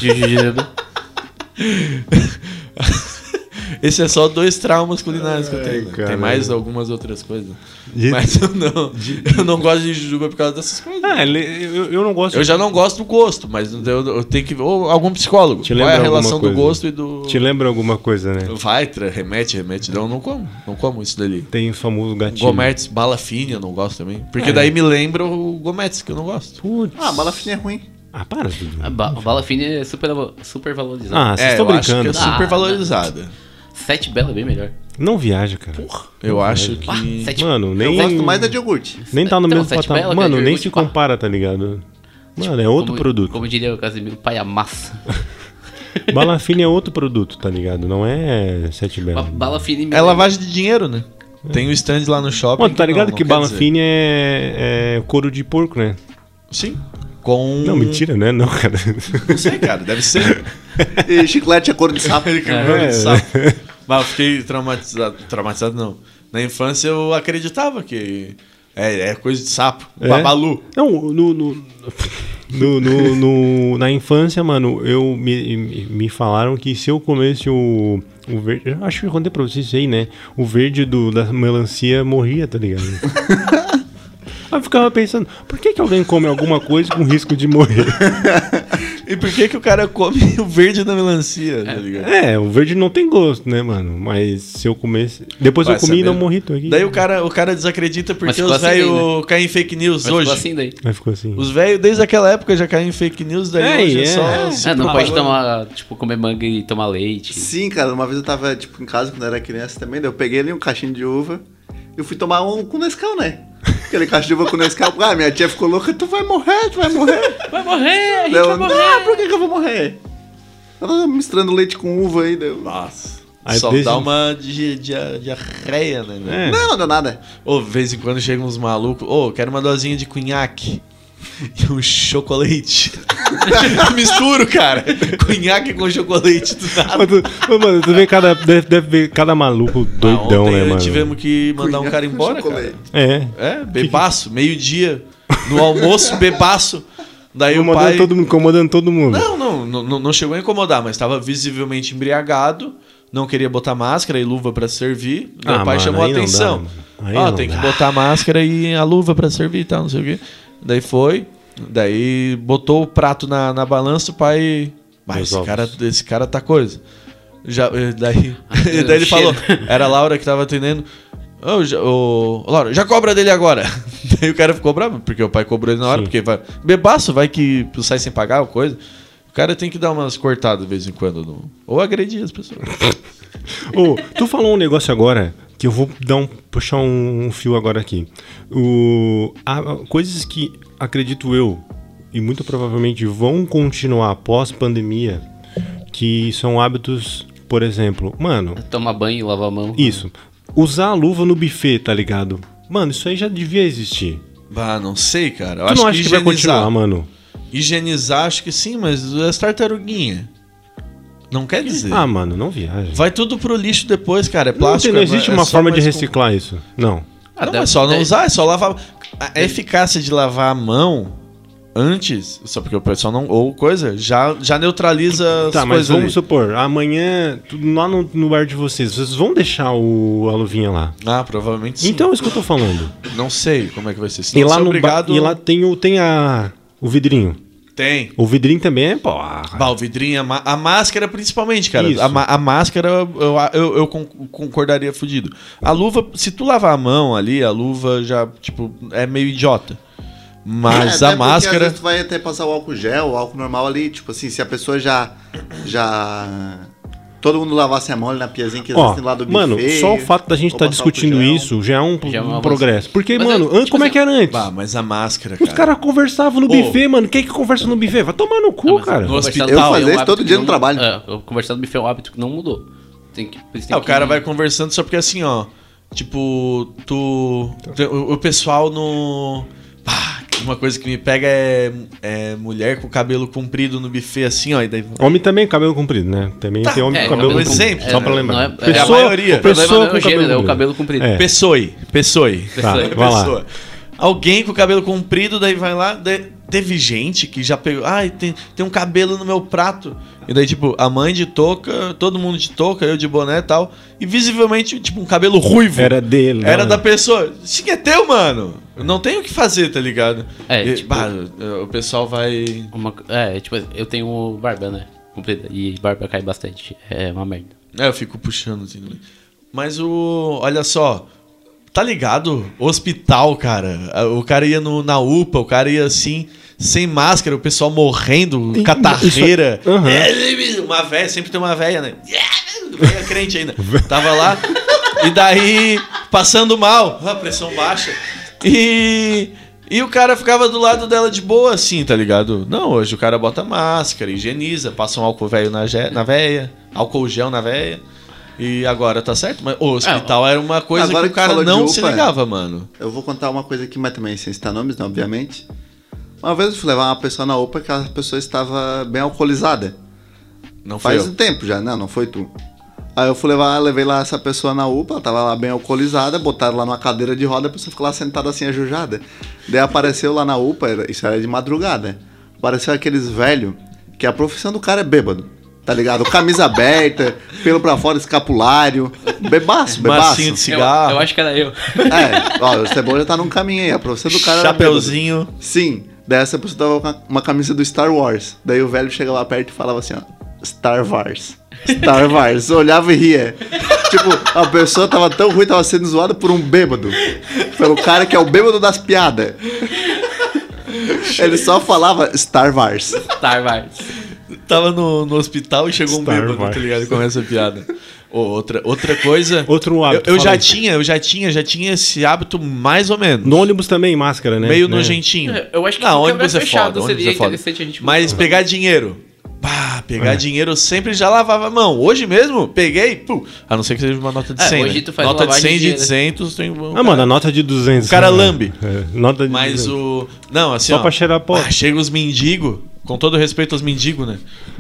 S5: Esse é só dois traumas culinários que eu tenho. né? Tem
S1: cara.
S5: mais algumas outras coisas.
S1: De-
S5: Mas eu não. Eu não gosto de jujuba por causa dessas coisas.
S1: Ah, ele- eu, eu não gosto.
S5: Eu já não gosto do gosto, mas eu, eu tenho que. Ou algum psicólogo.
S1: Te
S5: Qual
S1: lembra
S5: é a
S1: alguma
S5: relação do
S1: coisa?
S5: gosto e do.
S1: Te lembra alguma coisa, né?
S5: Vai, tra- remete, remete. Não, eu não como. Não como isso dali.
S1: Tem o famoso gatilho.
S5: Gometes, bala fina, eu não gosto também.
S1: É.
S5: Porque daí me lembra o Gometes, que eu não gosto.
S1: Putz.
S4: Ah, bala fina é ruim.
S1: Ah, para, Dudu.
S2: A ba- a bala fina é super, super valorizada.
S1: Ah, vocês
S5: é,
S1: estão
S5: eu acho que
S1: brincando.
S5: é
S2: Ah,
S5: super
S2: não.
S5: valorizada.
S2: Sete bela é bem melhor.
S1: Não viaja, cara.
S5: Eu acho que.
S2: Ah, sete
S5: tipo,
S1: Mano,
S4: Eu
S1: nem.
S4: gosto mais da de iogurte.
S1: Nem tá no
S2: Então,
S1: mesmo
S2: sete
S1: patamar.
S2: bela,
S1: Mano,
S2: cara,
S1: nem
S2: iogurte,
S1: se
S2: pá.
S1: compara, tá ligado?
S5: Tipo,
S1: Mano, é outro
S2: Como-
S1: produto.
S2: Como diria o Casimiro, pai a massa.
S1: Bala fina é outro produto, tá ligado? Não é sete
S2: Ba-
S1: bela.
S2: Bala fina e
S5: É lavagem de dinheiro, né? Tem o stand lá no shopping.
S1: É. Mano, tá ligado
S5: não- não
S1: que
S5: quer
S1: bala
S5: dizer.
S1: fina é, é couro de porco, né?
S5: Sim. Com.
S1: Não, mentira, né? Não, cara.
S5: Não sei, cara. Deve ser.
S4: E chiclete é cor de sapo.
S1: É.
S5: Cabelo de sapo. Mas eu fiquei traumatizado. Traumatizado não. Na infância eu acreditava que. É, é coisa de sapo.
S1: É?
S5: Babalu.
S1: Não, no. no... no- no- no- na infância, mano, eu me, me- me falaram que se eu comesse o, o verde. eu Acho que eu contei pra vocês isso aí, né? O verde do, da melancia morria, tá ligado? Aí eu ficava pensando, por que, que alguém come alguma coisa com risco de morrer?
S5: E por que que o cara come o verde da melancia, tá ligado?
S1: É, o verde não tem gosto, né, mano? Mas se eu comesse. Depois
S5: Vai
S1: eu comi e não
S5: saber.
S1: morri, tô aqui.
S5: Daí o cara, o cara desacredita porque
S2: ficou
S5: os
S2: assim
S5: velhos
S2: daí,
S5: caem em fake news
S2: Mas
S5: hoje.
S2: ficou assim daí.
S1: Aí ficou assim.
S5: Os velhos desde aquela época já caem em fake news, daí
S1: É,
S5: hoje é,
S1: é.
S5: só...
S2: É, não pode tomar, tipo, comer manga e tomar leite.
S4: Sim, cara, uma vez eu tava, tipo, em casa quando eu era criança também, daí eu peguei ali um caixinho de uva e eu fui tomar um com Nescau, né? Aquele caixinho de uva com Nescau, ah, minha tia ficou louca, tu vai morrer, tu vai morrer.
S2: Vai morrer, a gente
S4: Deu,
S2: vai
S4: não, Ah,
S2: morrer.
S4: por que, que eu vou morrer? Ela tava misturando leite com uva aí, deu.
S5: Nossa.
S1: Aí
S5: só
S1: desde-
S5: dá uma di- di- diarreia, né? né?
S1: É.
S4: Não, não deu nada.
S5: Ô, de vez em quando chegam uns malucos, ô, quero uma dosinha de cunhaque e um chocolate. Eu Misturo, cara. Cunhaque com chocolate do nada.
S1: Mas tu- ô, mano, tu vê cada. Deve, deve ver cada maluco
S5: Ah,
S1: doidão,
S5: ontem
S1: né, mano?
S5: tivemos que mandar um
S4: Cunhaque
S5: cara
S4: com
S5: embora, cara.
S4: chocolate.
S1: É.
S5: É, bebaço, meio-dia. No almoço, bebaço. Daí o
S1: Incomodando
S5: pai.
S1: todo mundo. Incomodando todo mundo.
S5: Não, não, não, não chegou a incomodar, mas estava visivelmente embriagado. Não queria botar máscara e luva para servir. Daí
S1: Ah,
S5: o pai
S1: mano,
S5: chamou a
S1: aí não dá,
S5: atenção.
S1: mano. Aí
S5: Ó,
S1: não
S5: tem
S1: dá.
S5: que botar a máscara e a luva para servir e tal, não sei o quê. Daí foi. Daí botou o prato na, na balança, o pai. Mas
S1: Meus
S5: esse
S1: ovos.
S5: cara, esse cara tá coisa. Já, eh, daí
S2: Deus,
S5: daí ele
S2: cheiro.
S5: falou, era a Laura que tava atendendo. Ô, já- ô, Laura, já cobra dele agora. Daí o cara ficou bravo, porque o pai cobrou ele na hora,
S1: Sim.
S5: porque vai. Bebaço, vai que tu sai sem pagar ou coisa. O cara tem que dar umas cortadas de vez em quando. no- Ou agredir as pessoas.
S1: Ô, tu falou um negócio agora que eu vou dar um, puxar um, um fio agora aqui. O, a- coisas que acredito eu e muito provavelmente vão continuar após pandemia, que são hábitos, por exemplo, mano,
S2: Tomar banho e lavar a mão.
S1: isso, usar a luva no buffet, tá ligado? Mano, isso aí já devia existir.
S5: Ah, não sei, cara. Eu
S1: tu
S5: acho
S1: não
S5: que,
S1: acha que, vai
S5: higienizar-
S1: continuar, mano?
S5: Higienizar, acho que sim, mas as tartaruguinhas. Não quer dizer.
S1: Ah, mano, não viaja.
S5: Vai tudo pro lixo depois, cara. É
S1: Não,
S5: plástico.
S1: tem- não
S5: é-
S1: existe
S5: é
S1: uma
S5: só
S1: forma de
S5: mais com-
S1: reciclar isso. Não.
S5: Ah, não,
S2: deve-
S5: é só não
S2: deve-
S5: usar, é só lavar. A eficácia de lavar a mão antes, só porque o pessoal não. Ou coisa, já, já neutraliza as
S1: Tá, mas
S5: coisas.
S1: vamos
S5: ali.
S1: supor, amanhã, tu- lá no, no bar de vocês, vocês vão deixar o, a luvinha lá.
S5: Ah, provavelmente sim.
S1: Então é isso que eu tô falando.
S5: Não sei como é que vai ser. Se
S1: E
S5: não
S1: lá,
S5: ser
S1: no
S5: obrigado.
S1: ba- e lá tem, o, tem a, o vidrinho.
S5: Tem.
S1: O vidrinho também é. Porra.
S5: Bah, o vidrinho, a, ma- a máscara principalmente, cara.
S1: Isso.
S5: A, ma- a máscara eu, eu, eu con- concordaria fudido. A luva, se tu lavar a mão ali, a luva já, tipo, é meio idiota. Mas
S4: É,
S5: a
S4: até porque, Às
S5: máscara.
S4: vezes tu vai até passar o álcool gel, o álcool normal ali, tipo assim, se a pessoa já. já. Todo mundo lavasse a mão ali na piazinha que
S1: Ó,
S4: existe lá do buffet.
S1: mano, só o fato da gente
S4: ou
S1: estar
S4: passar
S1: discutindo
S4: álcool gel.
S1: isso já é um,
S2: Já é um
S1: um
S2: avanço.
S1: progresso. Porque,
S2: Mas
S1: mano,
S2: é,
S1: an-
S2: tipo
S1: como é
S2: assim,
S1: que era antes?
S5: Bah, mas a máscara,
S1: Os
S5: cara.
S1: caras conversavam no
S5: Ô.
S1: buffet, mano. Quem é que conversa no buffet? Vai tomar no cu,
S2: Não, Tá, mas
S1: cara.
S5: No
S2: conversar
S5: hospital.
S2: no
S5: Eu
S2: buffet
S4: fazia
S2: é um
S4: isso todo
S2: hábito
S4: dia no
S2: que não-
S4: trabalho.
S2: É, eu conversar no buffet é um hábito que não mudou. Tem que, por isso tem
S5: Ah, o
S2: que-
S5: cara vai conversando só porque assim, ó. Tipo, tu. tu- o, o pessoal no. Pá, Uma coisa que me pega é, é mulher com o cabelo comprido no buffet assim, ó. E daí...
S1: Homem também, cabelo comprido, né? Também tem homem
S2: é,
S1: com cabelo
S2: cabelo
S1: comprido.
S5: comprido.
S1: Só pra
S2: É,
S1: lembrar.
S2: não é- é a
S5: maioria.
S1: o
S2: O problema
S1: Pessoa
S2: não
S1: com
S2: é o gênero, é o cabelo comprido.
S1: É.
S5: Pessoe, pessoe.
S1: Tá,
S2: Pessoa,
S1: vai lá.
S5: pessoa. Alguém com o cabelo comprido, daí vai lá. daí- teve gente que já pegou. Ai, tem, tem um cabelo no meu prato. E daí, tipo, a mãe de touca, todo mundo de touca, eu de boné e tal. E visivelmente, tipo, um cabelo ruivo.
S1: Era dele.
S5: Era
S1: né?
S5: da pessoa. Isso que é teu, mano. Não tem o que fazer, tá ligado?
S2: É,
S5: E,
S2: tipo-
S5: bah, o pessoal vai.
S2: Uma co- é, tipo, eu tenho barba, né? Comprida. E barba cai bastante. É uma merda.
S5: É, eu fico puxando assim. no meio. Mas o. Olha só. Tá ligado? Hospital, cara. Ah, O cara ia no, na UPA, o cara ia assim, sem máscara, o pessoal morrendo,
S1: Tem-
S5: catarreira.
S1: isso- Aham.
S5: É, uma véia, sempre tem uma véia, né? Véia crente ainda. Tava lá, e daí, passando mal, ah, pressão baixa. E. E o cara ficava do lado dela de boa, assim, tá ligado? Não, hoje o cara bota máscara, higieniza, passa um álcool velho na, ge- na véia, álcool gel na véia. E agora tá certo? Mas o hospital era uma coisa
S4: É, Agora
S5: que o
S4: que
S5: cara
S4: falou de
S5: não se
S4: UPA, é.
S5: ligava, mano.
S4: Eu vou contar uma coisa aqui, mas também sem citar nomes, não, obviamente. Uma vez eu fui levar uma pessoa na UPA que a pessoa estava bem alcoolizada.
S5: Não foi.
S4: Faz um tempo já, não, não foi tu. Aí eu fui levar, levei lá essa pessoa na UPA, ela tava lá bem alcoolizada, botaram lá numa cadeira de roda, a pessoa ficou lá sentada assim, ajujada. Daí apareceu lá na UPA, era- isso era de madrugada. Apareceu aqueles velhos, que a profissão do cara é bêbado, tá ligado? Camisa aberta, pelo pra fora, escapulário, bebaço, bebaço.
S5: Massinho de
S2: Eu,
S5: cigarro,
S2: eu acho que era eu.
S4: É, ó, o Cebola já tá num caminho aí, a profissão do cara era bêbado.
S5: chapeuzinho.
S4: Sim, daí essa pessoa tava com uma- uma camisa do Star Wars. Daí o velho chegava lá perto e falava assim, ó, Star Wars. Star Wars, olhava e ria. Tipo, a pessoa tava tão ruim, tava sendo zoada por um bêbado. Pelo cara que é o bêbado das piadas. Ele só falava Star Wars.
S2: Star Wars.
S5: Tava no, no hospital e chegou
S1: Star
S5: um bêbado,
S1: Wars.
S5: tá ligado? E começa a piada. Ô, outra, outra coisa.
S1: Outro hábito,
S5: Eu, eu
S1: fala
S5: já
S1: aí.
S5: tinha, eu já tinha, já tinha esse hábito mais ou menos.
S1: No ônibus também, máscara, né?
S5: meio
S1: né?
S5: nojentinho.
S2: É, eu acho que
S5: Não,
S2: com o
S5: ônibus é
S2: câmera fechada
S5: foda, ônibus
S2: seria
S5: é foda.
S2: interessante a gente
S5: Mas
S2: mudar.
S5: pegar dinheiro. Bah, pegar
S1: É.
S5: dinheiro eu sempre já lavava a mão. Hoje mesmo, peguei, pum. A não ser que seja uma nota de
S2: É,
S5: 100.
S2: hoje
S5: né?
S2: tu faz
S5: nota de
S2: lavagem
S5: 100
S2: de
S5: de
S2: dinheiro.
S5: 200, tem um
S1: Ah, mano, a nota de 200.
S5: O cara
S1: né?
S5: lambe.
S1: É, nota de
S5: Mas
S1: 200.
S5: o. Não, assim.
S1: Só
S5: ó,
S1: pra cheirar pó.
S5: ah, chega os mendigos, com todo respeito aos mendigos, né?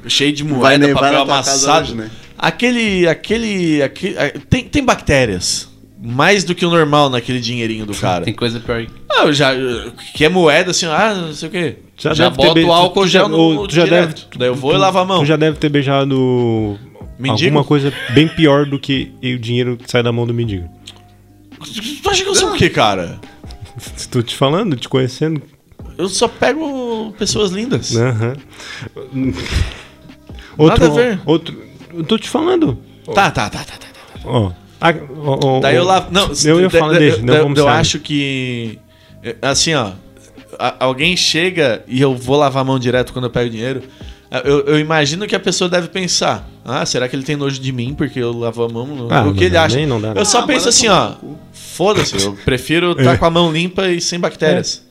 S5: Cheio de moeda,
S4: Vai nevar
S5: papel
S4: na tua casa
S5: amassado.
S4: hoje, né?
S5: Aquele. aquele. aquele ah, tem, tem bactérias. Mais do que o normal naquele dinheirinho do cara.
S2: Tem coisa pior. que-
S5: Ah, eu já. eu- Que é moeda, assim, ah, não sei o quê.
S1: Já
S5: já
S1: deve ter
S5: boto
S1: be-
S5: o álcool
S1: tu já-
S5: gel no.
S1: ou tu já
S5: direto.
S1: deve-
S5: Daí eu vou e lavo a mão.
S1: Tu já deve ter beijado
S5: Mendigo?
S1: alguma coisa bem pior do que o dinheiro que sai da mão do mendigo.
S5: Tu acha que eu sou o quê, cara?
S1: Tô te falando, te conhecendo. né?
S5: Eu só pego pessoas lindas.
S1: Aham.
S5: a ver.
S1: Outro, eu tô te falando.
S5: Tá, tá, tá, tá, tá.
S1: Ó. Ah, ó, ó,
S5: Daí
S1: ó.
S5: eu lavo. Não,
S1: eu ia
S5: da-
S1: falar,
S5: da-
S1: deixa,
S5: da-
S1: não vamos
S5: Eu
S1: sair.
S5: acho que. é, Assim, ó. a- alguém chega e eu vou lavar a mão direto quando eu pego dinheiro. Ah, Eu, eu imagino que a pessoa deve pensar: Ah, será que ele tem nojo de mim porque eu lavo a mão?
S1: Ah,
S5: o
S1: não
S5: que ele
S1: dá,
S5: acha?
S1: nem não dá, não.
S5: eu só
S4: Ah,
S5: penso
S4: vai
S5: assim:
S4: tomar
S5: ó, foda-se, eu prefiro estar com a mão limpa e sem bactérias.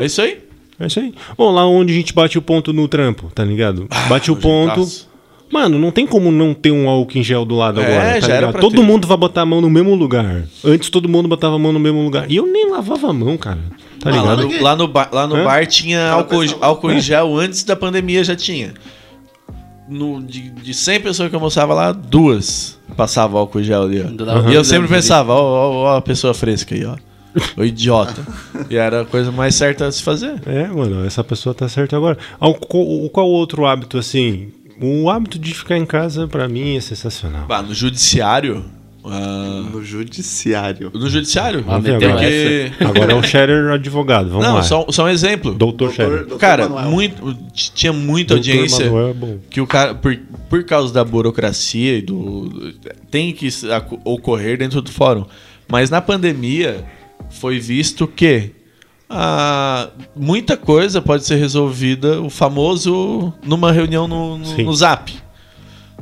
S5: É, isso aí.
S1: É isso aí. Bom, lá onde a gente bate o ponto no trampo, tá ligado?
S5: Ah,
S1: Bate o ponto.
S5: nojentaço.
S1: Mano, não tem como não ter um álcool em gel do lado
S5: É,
S1: agora, tá
S5: já era
S1: ligado?
S5: pra
S1: Todo
S5: ter.
S1: mundo vai botar a mão no mesmo lugar. Antes todo mundo botava a mão no mesmo lugar. E eu nem lavava a mão, cara. Tá
S5: Ah, lá
S1: ligado?
S5: no, lá no, bar, lá no
S1: Hã?
S5: bar tinha
S4: Fala,
S5: álcool,
S4: pessoal.
S5: álcool em gel antes da pandemia, já tinha. No, de, de 100 pessoas que eu almoçava lá, duas passavam álcool em gel ali,
S2: Ainda dava
S5: ó. E eu
S2: problema
S5: sempre
S2: ali.
S5: pensava, ó, ó, ó a pessoa fresca aí, ó. O idiota. e era a coisa mais certa a se fazer.
S1: É, mano, essa pessoa tá certa agora. Ao- co- Qual outro hábito, assim? O hábito de ficar em casa, pra mim, é sensacional.
S5: Bah, no judiciário. ah,
S4: No judiciário.
S5: no judiciário?
S2: Ah,
S1: Vamos ver
S2: meteu
S1: agora.
S5: essa.
S1: Porque- Agora é o Scherer advogado, vamos
S5: Não,
S1: lá.
S5: só, só um exemplo.
S1: Doutor Scherer.
S4: Doutor
S5: Cara,
S4: Manuel.
S5: muito, t- tinha muita
S1: Doutor
S5: audiência.
S1: Manuel é bom.
S5: que o cara por, por causa da burocracia e do tem que s- ac- ocorrer dentro do fórum. Mas na pandemia foi visto que ah, muita coisa pode ser resolvida o famoso numa reunião no, no-
S1: Sim.
S5: no Zap.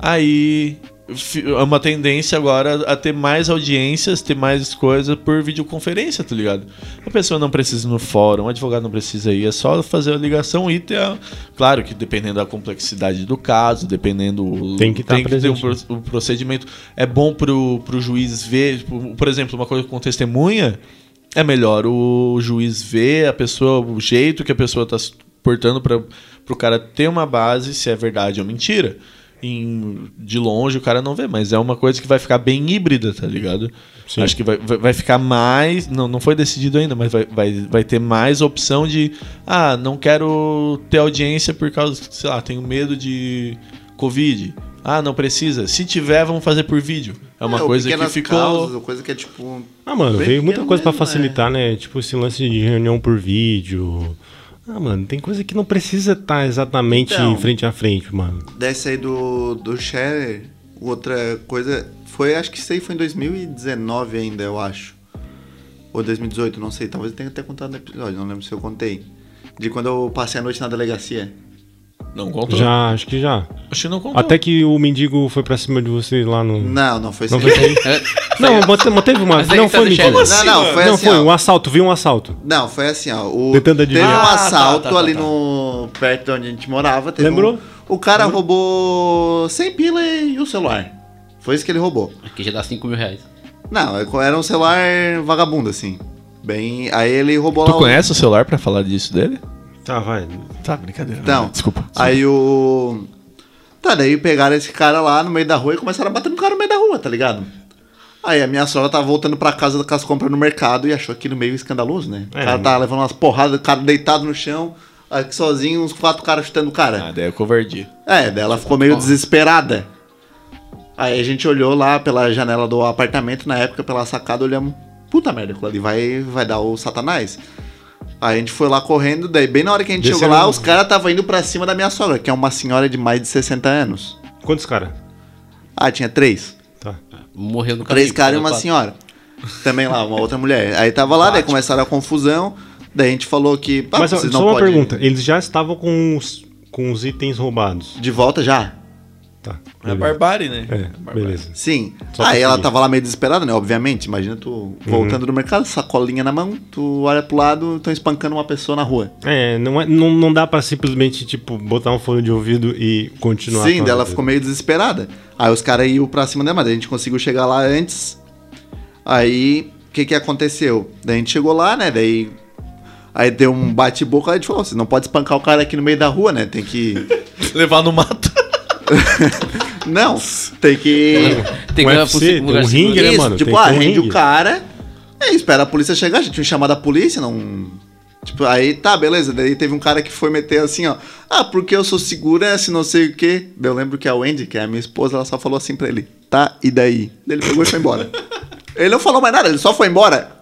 S5: Aí fi- é uma tendência agora a ter mais audiências, ter mais coisa por videoconferência, tá ligado? A pessoa não precisa ir no fórum, o advogado não precisa ir, é só fazer a ligação e ter a... Claro que dependendo da complexidade do caso, dependendo... o-
S1: Tem que tá
S5: ter um,
S1: presente.
S5: pro- um procedimento. É bom pro, pro juiz ver, tipo, por exemplo, uma coisa com testemunha... é melhor o juiz ver a pessoa, o jeito que a pessoa tá se portando para o cara ter uma base se é verdade ou mentira. Em- de longe o cara não vê, mas é uma coisa que vai ficar bem híbrida, tá ligado?
S1: Sim.
S5: Acho que vai, vai vai ficar mais. Não, não foi decidido ainda, mas vai, vai, vai ter mais opção de. Ah, não quero ter audiência por causa, sei lá, tenho medo de Covid. Ah, não precisa. Se tiver, vamos fazer por vídeo. É uma
S4: É, ou
S5: coisa que
S4: pequenas
S5: ficou.
S4: causas, ou coisa que é tipo.
S1: Ah, mano,
S4: Bem
S1: veio muita
S4: pequeno
S1: coisa pra
S4: mesmo, é.
S1: facilitar, né? Tipo esse lance de reunião por vídeo. Ah, mano, tem coisa que não precisa estar exatamente
S4: Então.
S1: frente a frente, mano.
S4: Dessa aí do, do Scherer, outra coisa foi, acho que isso aí foi em 2019 ainda, eu acho. Ou 2018, não sei, talvez eu tenha até contado no episódio, não lembro se eu contei. De quando eu passei a noite na delegacia.
S5: Não contou?
S1: Já, acho que já.
S5: Acho que não contou.
S1: Até que o mendigo foi pra cima de vocês lá no.
S4: Não, não foi assim. isso
S1: Não
S4: aí.
S1: foi assim? isso
S2: É,
S1: aí? Não, mate- manteve uma.
S4: é
S2: Mas aí
S1: Não
S2: tá
S1: foi
S2: no
S1: mendigo.
S2: chat. Como assim,
S4: não, não,
S5: mano?
S4: foi
S1: Não
S4: assim,
S1: foi,
S4: ó.
S1: um assalto, vi um assalto.
S4: Não, foi assim, ó. O,
S1: Tentando
S4: teve um
S1: adivinhar.
S5: Ah, tá,
S4: assalto
S5: tá, tá,
S4: ali
S5: tá.
S4: no. perto de onde a gente morava. teve
S1: Lembrou?
S4: um- o cara roubou 100 pila e o celular. Foi isso que ele roubou.
S2: aqui já dá 5 mil reais.
S4: Não, era um celular vagabundo, assim. Bem. Aí ele roubou
S5: Tu
S4: lá. o-
S5: conhece o celular pra falar disso dele?
S1: Tá, vai.
S5: Tá, brincadeira.
S4: Então,
S5: desculpa. desculpa.
S4: Aí o. Tá, daí pegaram esse cara lá no meio da rua e começaram a bater no cara no meio da rua, tá ligado? Aí a minha sogra tava voltando pra casa com as compras no mercado e achou aquilo meio escandaloso, né?
S1: É.
S4: O cara tava levando umas porradas, o cara deitado no chão, aqui sozinho, uns quatro caras chutando o cara.
S5: Ah, daí é covardia.
S4: É, daí ela ficou meio desesperada. Aí a gente olhou lá pela janela do apartamento, na época, pela sacada, olhamos. Puta merda, aquilo ali vai, vai dar o satanás. Aí a gente foi lá correndo, daí bem na hora que a gente
S1: Desceu um-
S4: chegou lá,
S1: no-
S4: os caras estavam indo pra cima da minha sogra, que é uma senhora de mais de 60 anos.
S1: Quantos caras?
S4: Ah, tinha três.
S1: Tá.
S2: Morreu no
S4: Três
S2: caminho,
S4: caras
S2: morreu
S4: e é uma
S2: quatro.
S4: senhora. Também lá, uma outra mulher. Aí tava lá, daí começaram a confusão. Daí a gente falou que. pá,
S1: Mas ó,
S4: vocês
S1: só
S4: não
S1: uma
S4: podem-
S1: pergunta. Eles já estavam com os, com os itens roubados.
S4: De volta já?
S1: Tá.
S5: É
S1: beleza.
S5: barbárie, né?
S1: É, beleza.
S4: Sim.
S1: Só pra Uhum.
S4: aí ela
S1: seguir.
S4: tava lá meio desesperada, né? Obviamente. Imagina tu voltando do mercado, sacolinha na mão, tu olha pro lado, estão espancando uma pessoa na rua.
S1: É, não, é, não, não dá pra simplesmente, tipo, botar um fone de ouvido e continuar.
S4: Sim,
S1: com a
S4: daí ela
S1: vida.
S4: ficou meio desesperada. Aí os caras iam pra cima dela, mas daí a gente conseguiu chegar lá antes. Aí, o que que aconteceu? Daí a gente chegou lá, né? Daí. Aí deu um bate-boca, a gente falou: "Ó, você não pode espancar o cara aqui no meio da rua, né? Tem que.
S5: Levar no mato.
S4: não, tem que.
S2: Tem
S1: Um
S2: que ir
S1: UFC,
S2: pro- pro
S1: tem
S2: lugar
S1: um
S2: seguro.
S1: ringue, né?
S4: Isso,
S1: mano?
S4: tipo,
S1: Tem que
S4: ah,
S1: ter um
S4: rende
S1: ringue.
S4: o cara, aí espera a polícia chegar, a gente tinha chamado a polícia, não... Tipo, aí tá, beleza. Daí teve um cara que foi meter assim, ó. Ah, porque eu sou segurança, e não sei o quê. Daí eu lembro que a Wendy, que é a minha esposa, ela só falou assim pra ele, tá, e daí? Daí Ele pegou e foi embora. ele não falou mais nada, ele só foi embora.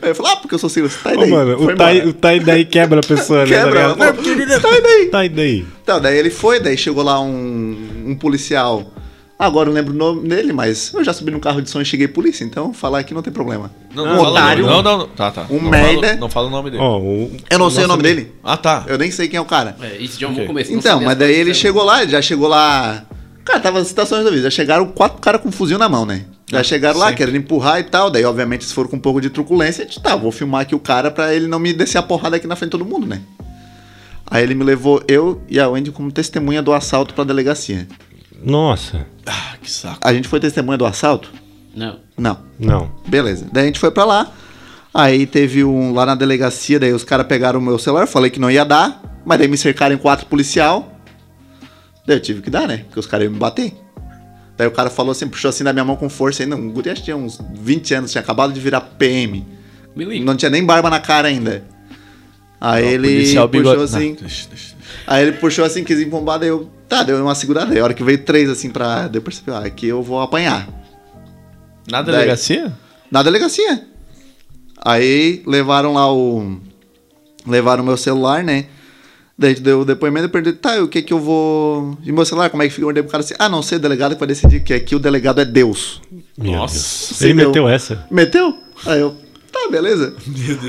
S4: Aí eu falei, ah, porque eu sou segurança, tá, e
S1: Ô,
S4: daí?
S1: mano,
S4: foi
S1: o Tai, o tai daí quebra a pessoa, né?
S4: Quebra, ela
S1: tá ligado?
S4: falou, tá, e daí?
S1: Tá aí daí.
S4: Então, daí ele foi, daí chegou lá um, um policial. Agora eu não lembro o nome dele, mas eu já subi no carro de som e cheguei polícia, então falar aqui não tem problema.
S1: não
S4: um otário.
S5: Não, não, não. Tá, tá.
S4: Um
S5: não
S4: merda.
S5: Fala, não fala o nome dele.
S1: Ó, o-
S4: É. Eu não sei o
S1: nosso
S4: nome
S1: amigo-
S4: dele.
S5: Ah, tá.
S4: Eu nem sei quem é o cara.
S2: É, isso já é um
S5: Ok.
S2: bom começo. não
S4: Então,
S2: sabia assim.
S4: mas
S2: as
S4: daí
S2: coisas,
S4: ele
S2: sabe?
S4: chegou lá, já chegou lá. Cara, tava as estações da vida. Já chegaram quatro caras com fuzil na mão, né? Já chegaram lá,
S5: sempre.
S4: querendo empurrar e tal. Daí, obviamente, eles foram com um pouco de truculência. Eu disse, tá, vou filmar aqui o cara pra ele não me descer a porrada aqui na frente de todo mundo, né? Aí ele me levou, eu e a Wendy, como testemunha do assalto pra delegacia.
S1: Nossa.
S5: Ah, que saco.
S4: A gente foi testemunha do assalto?
S2: Não.
S4: Não.
S1: Não.
S4: Beleza. Daí a gente foi pra lá. Aí teve um lá na delegacia, daí os caras pegaram o meu celular, falei que não ia dar, mas daí me cercaram em quatro policial. Daí eu tive que dar, né? Porque os caras iam me bater. Daí o cara falou assim, puxou assim na minha mão com força ainda. Um guri acho que tinha uns 20 anos, tinha acabado de virar PM.
S2: Me liga.
S4: Não tinha nem barba na cara ainda. Aí ele
S5: Policial
S4: puxou
S5: bigode.
S4: assim.
S5: Não, deixa, deixa, deixa.
S4: Aí ele puxou assim, quis empombar, daí eu. Tá, deu uma segurada. Aí a hora que veio três assim pra. Daí eu percebi, ah, aqui eu vou apanhar.
S5: Na
S4: Daí.
S5: delegacia?
S4: Na delegacia. Aí levaram lá o. Levaram o meu celular, né? Daí a gente deu o depoimento e perguntei, tá, e o que que eu vou. E meu celular, como é que fica? Eu mandei pro cara assim, ah, não sei, o delegado que vai decidir, que aqui o delegado é Deus.
S1: Meu
S5: Nossa.
S1: Deus.
S4: Sim,
S1: Ele
S4: meu.
S1: meteu essa.
S4: Meteu? Aí eu, tá, beleza.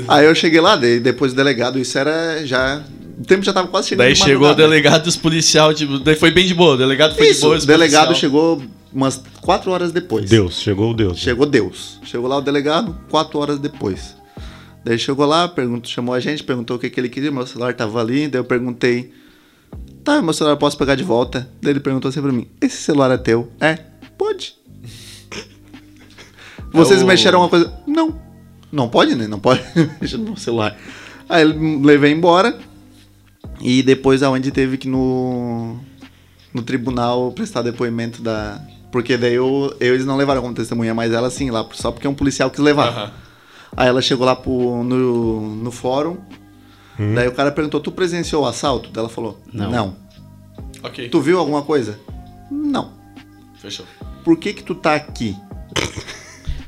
S4: Aí eu cheguei lá, daí depois do delegado, isso era já. O tempo já tava quase chegando.
S5: Daí
S4: de
S5: chegou o
S4: madrugada.
S5: delegado e os policial, tipo, daí foi bem de boa. O delegado foi de
S4: Isso,
S5: boa.
S4: o
S5: os
S4: delegado
S5: policial-
S4: chegou umas quatro horas depois.
S1: Deus, chegou o Deus. né?
S4: Chegou Deus. Chegou lá o delegado, quatro horas depois. Daí chegou lá, perguntou, chamou a gente, perguntou o que, que ele queria, meu celular tava ali, daí eu perguntei, tá, meu celular eu posso pegar de volta? Daí ele perguntou assim pra mim, esse celular é teu? É? Pode. Vocês
S5: o-
S4: mexeram uma coisa? Não. Não pode, né? Não pode mexer no celular. Aí ele levei embora. E depois a Wendy teve que ir no, no tribunal prestar depoimento da. Porque daí eu, eu- eles não levaram como testemunha, mas ela sim, lá, só porque um policial quis levar.
S5: Aham.
S4: Aí ela chegou lá pro, no, no fórum. Daí o cara perguntou: Tu presenciou o assalto? Daí ela falou:
S2: Não.
S4: não.
S5: Ok,
S4: Tu viu alguma coisa? Não
S5: fechou.
S4: por que que tu tá aqui?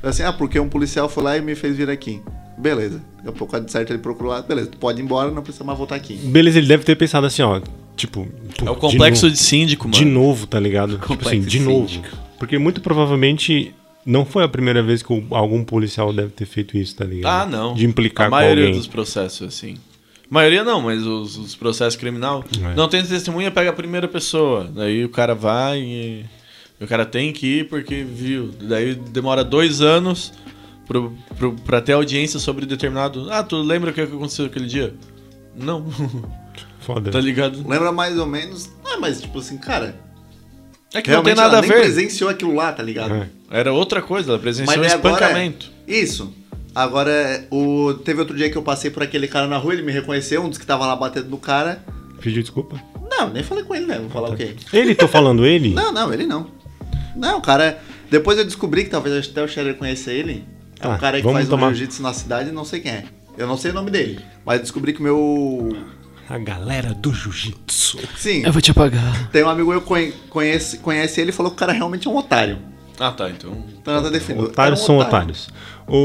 S4: assim, ah, porque um policial foi lá e me fez vir aqui. Beleza. Daqui a pouco de certo ele procurou lá. Beleza, tu pode ir embora, não precisa mais voltar aqui.
S1: Beleza, ele deve ter pensado assim, ó. Tipo.
S5: É o complexo de, síndico, mano.
S1: De novo, tá ligado? Tipo assim,
S2: Complexo
S1: de
S2: síndico.
S1: novo. Porque muito provavelmente não foi a primeira vez que o- algum policial deve ter feito isso, tá ligado?
S5: Ah, não.
S1: De implicar
S5: A
S1: com
S5: maioria
S1: alguém.
S5: dos processos, assim. Maioria não, mas os, os processos criminal.
S1: É.
S5: Não tem testemunha, pega a primeira pessoa. Daí o cara vai e. O cara tem que ir porque viu. Daí demora dois anos pro, pro, pra ter audiência sobre determinado. Ah, tu lembra o que aconteceu aquele dia? Não.
S1: Foda.
S5: tá ligado?
S4: Lembra mais ou menos. Ah, mas tipo assim, cara.
S5: É que
S4: realmente
S5: não tem nada
S4: ela
S5: a
S4: nem
S5: ver.
S4: presenciou aquilo lá, tá ligado?
S1: É.
S5: Era outra coisa, ela presenciou um
S4: daí agora é-
S5: espancamento.
S4: Isso. Agora, é, o... teve outro dia que eu passei por aquele cara na rua, ele me reconheceu, um dos que tava lá batendo no cara.
S1: Pediu desculpa.
S4: Não, nem falei com ele, né? Vou falar o quê?
S1: Ele, tô falando ele?
S4: Não, não, ele não. Não, o cara. Depois eu descobri que talvez até o Scherer conheça ele. É
S1: Ah,
S4: um cara que
S1: vamos
S4: faz
S1: tomar-
S4: um jiu-jitsu na cidade e não sei quem é. Eu não sei o nome dele. Mas descobri que o meu.
S1: A galera do jiu-jitsu.
S4: Sim,
S2: Eu vou te apagar.
S4: tem um amigo meu que conhece, conhece ele e falou que o cara realmente é um otário.
S5: Ah, tá, então.
S4: Então ela tá defendendo.
S1: Otários
S4: Era um
S1: É são
S4: otário.
S1: otários.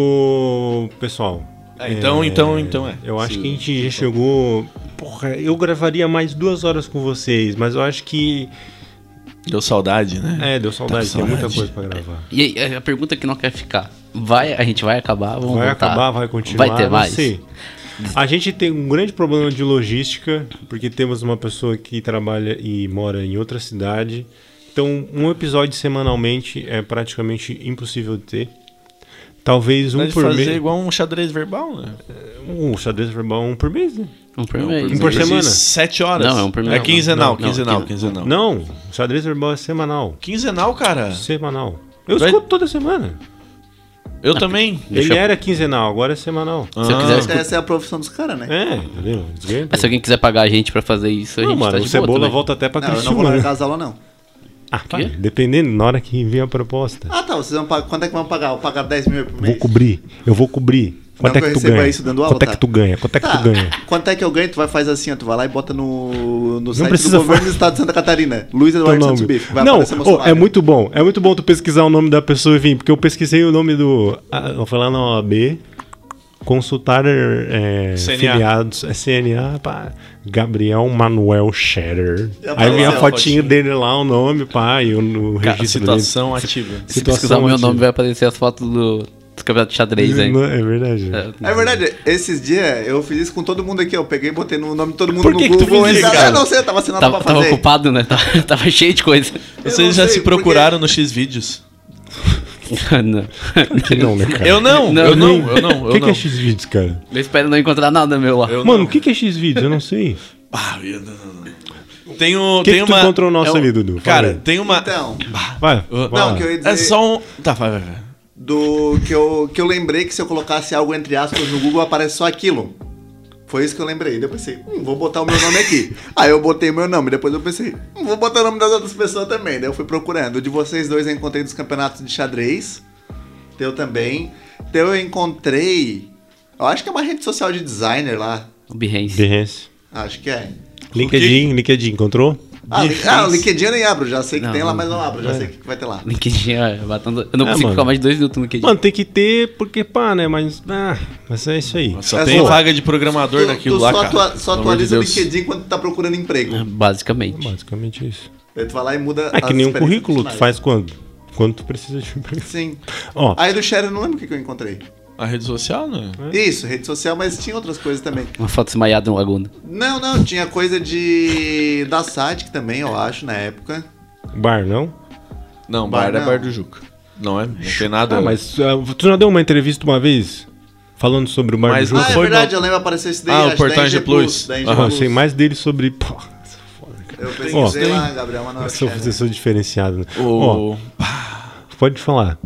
S1: O pessoal.
S5: É, então, então, então é.
S1: Eu acho
S5: Sim.
S1: que a gente já chegou. Porra, eu gravaria mais duas horas com vocês, mas eu acho que.
S5: Deu saudade, né?
S1: É, deu saudade,
S5: com
S1: tem muita coisa
S5: saudade.
S1: pra gravar.
S2: E aí, a pergunta que não quer ficar. Vai, a gente vai acabar, vamos
S1: Vai
S2: voltar.
S1: acabar, vai continuar.
S2: Vai ter
S1: não
S2: mais.
S1: sei. A gente tem um grande problema de logística, porque temos uma pessoa que trabalha e mora em outra cidade. Então, um episódio semanalmente é praticamente impossível de ter. Talvez um
S5: Dá de
S1: por
S5: fazer
S1: mês.
S5: igual um xadrez verbal, né?
S1: Um xadrez verbal um por mês, né?
S2: Um por mês.
S1: Um por
S5: Existe
S1: semana?
S5: Sete horas.
S2: Não, é um por mês,
S5: É
S2: não,
S5: quinzenal,
S2: não, não,
S5: quinzenal,
S2: não.
S5: quinzenal.
S1: Não, o xadrez verbal é semanal.
S5: Quinzenal, cara.
S1: Semanal. Eu
S5: Vai-
S1: escuto toda semana.
S5: Eu também.
S2: Ah, Deixa-
S1: Ele era quinzenal, agora é semanal.
S2: Se eu quiser
S4: Mas
S2: escutar.
S4: Essa é a profissão dos caras, né?
S1: É, entendeu? Desgrama.
S2: Mas se alguém quiser pagar a gente pra fazer isso, a
S1: Não,
S2: gente
S1: mano,
S2: tá de
S1: o Cebola
S2: boa também.
S1: volta até pra
S4: Não, eu não vou
S1: Criciúma, né?
S4: largar as aulas, não.
S1: Ah,
S2: Quê?
S1: pá, dependendo, na hora que vir a proposta.
S4: Ah, tá. Vocês vão pagar. Quanto é que vão pagar? Vou pagar 10 mil por mês?
S1: Vou cobrir, eu vou cobrir. Quanto
S4: Não
S1: é
S4: que
S1: que
S4: eu
S1: tu
S4: receba
S1: ganha?
S4: isso dando aula,
S1: Quanto é
S4: tá?
S1: que tu ganha? Quanto é que
S4: Tá.
S1: tu ganha?
S4: Quanto é que eu ganho? Tu vai fazer assim, ó. Tu vai lá e bota no, no site
S1: precisa
S4: do governo
S1: falar.
S4: do estado de Santa Catarina. Luiz
S1: Teu
S4: Eduardo Santos
S1: nome.
S4: Bife. Vai
S1: Não,
S4: aparecer meu
S1: ô, é
S4: salário.
S1: muito bom. É muito bom tu pesquisar o nome da pessoa e vir, porque eu pesquisei o nome do. ah, Eu fui lá na OAB, consultar é,
S5: CNA.
S1: filiados. É CNA, pá, Gabriel Manuel Scherer.
S4: Já
S1: Aí vem a
S4: apareceu a
S1: fotinho
S5: fotinho.
S1: dele lá, o nome, pá, e o no
S5: Cara,
S1: Ah, registro
S5: situação ativa.
S2: Se pesquisar o meu
S5: é
S2: nome, vai aparecer as fotos do, do campeonato de xadrez aí.
S1: ativa. É verdade.
S4: É verdade, esses dias eu fiz isso com todo mundo aqui, eu peguei e botei no nome de todo mundo
S1: Por
S4: no
S1: que que tu
S4: Google.
S1: fez
S4: e-
S1: isso,
S4: Ah,
S1: cara?
S4: eu não sei, eu tava sem nada
S2: Tava,
S4: pra
S2: tava
S4: fazer.
S2: ocupado, né? Tava, tava cheio de coisa.
S5: Vocês
S4: não
S5: já
S4: sei,
S5: se procuraram no X-Vídeos?
S2: não.
S1: Não, né, cara?
S5: Eu não,
S2: Não,
S5: eu
S2: nem-
S5: não, eu não,
S1: O
S5: eu
S1: que, que
S5: não.
S1: é X-Vídeos, cara?
S2: Eu espero não encontrar nada meu lá.
S5: Eu
S1: Mano,
S5: não.
S1: o que, que é X-Vídeos? Eu não sei.
S5: Ah, eu não, não, não. Tem, o,
S1: que
S5: tem
S1: que tu
S5: uma.
S1: encontrou nosso
S5: é um-
S1: ali, Dudu? Fala
S5: Cara,
S1: aí.
S5: tem uma.
S4: Então,
S1: Vai. vai
S5: Não,
S1: lá.
S4: não, que eu ia dizer
S5: É só um. Tá, vai, vai, vai.
S4: do que eu, que eu lembrei que se eu colocasse algo entre aspas no Google aparece só aquilo. Foi isso que eu lembrei. Depois eu pensei, hum, vou botar o meu nome aqui. Aí eu botei meu nome, depois eu pensei, hum, vou botar o nome das outras pessoas também. Daí eu fui procurando. O de vocês dois eu encontrei dos campeonatos de xadrez. Teu também. Teu eu encontrei. Eu acho que é uma rede social de designer lá.
S2: O Behance.
S1: Behance.
S4: Acho que é.
S1: LinkedIn, LinkedIn, encontrou?
S4: Ah, li- ah, o LinkedIn eu nem abro, já sei que
S2: Não,
S4: tem lá,
S2: não-
S4: mas não abro,
S5: É.
S4: já sei o que que vai ter lá.
S2: LinkedIn, ó, batendo... Eu não
S1: É,
S2: consigo
S1: mano.
S2: ficar mais de dois minutos no LinkedIn.
S1: Mano, tem que ter, porque pá, né? Mas. Ah, mas é isso aí.
S5: Só
S4: É
S5: tem
S4: só-
S5: vaga de programador naquilo
S4: tu
S5: lá,
S4: só,
S5: cara.
S4: atua- só
S5: Pelo amor de
S4: atualiza o
S5: Deus. É.
S4: LinkedIn quando tu tá procurando emprego.
S2: Basicamente.
S1: Basicamente isso.
S4: Aí tu vai lá e muda
S1: É que
S4: as
S1: nem um
S4: experiências
S1: currículo, tu
S4: profissionais.
S1: faz quando? Quando tu precisa de um emprego.
S4: Sim.
S1: Ó,
S4: Aí do Share eu não lembro o que, que eu encontrei.
S5: A rede social, né?
S4: Isso, rede social, mas tinha outras coisas também.
S2: Uma foto desmaiada no Laguna.
S4: Não, não, tinha coisa de. da SATIC também, eu acho, na época.
S1: bar, não?
S5: Não, bar,
S4: Bar
S5: é
S4: não.
S5: bar do Juca. Não é? Não tem nada.
S1: Ah, mas ah, tu já deu uma entrevista uma vez? Falando sobre o bar
S5: Mas-
S1: do
S5: Não
S1: Juca?
S4: ah, é
S5: foi
S4: verdade,
S5: no-
S4: eu lembro apareceu esse daí.
S5: Ah, o
S4: acho, da
S5: Portagem
S4: NG
S5: Plus.
S4: da NG
S5: Aham,
S1: eu sei mais dele sobre. Pô, isso é foda, cara.
S4: Eu pesquisei
S1: Ó,
S4: lá, Gabriel Manoel.
S1: Eu sou, um
S4: Scherer.
S1: eu sou diferenciado. né? Ó,
S5: O...
S1: pode falar.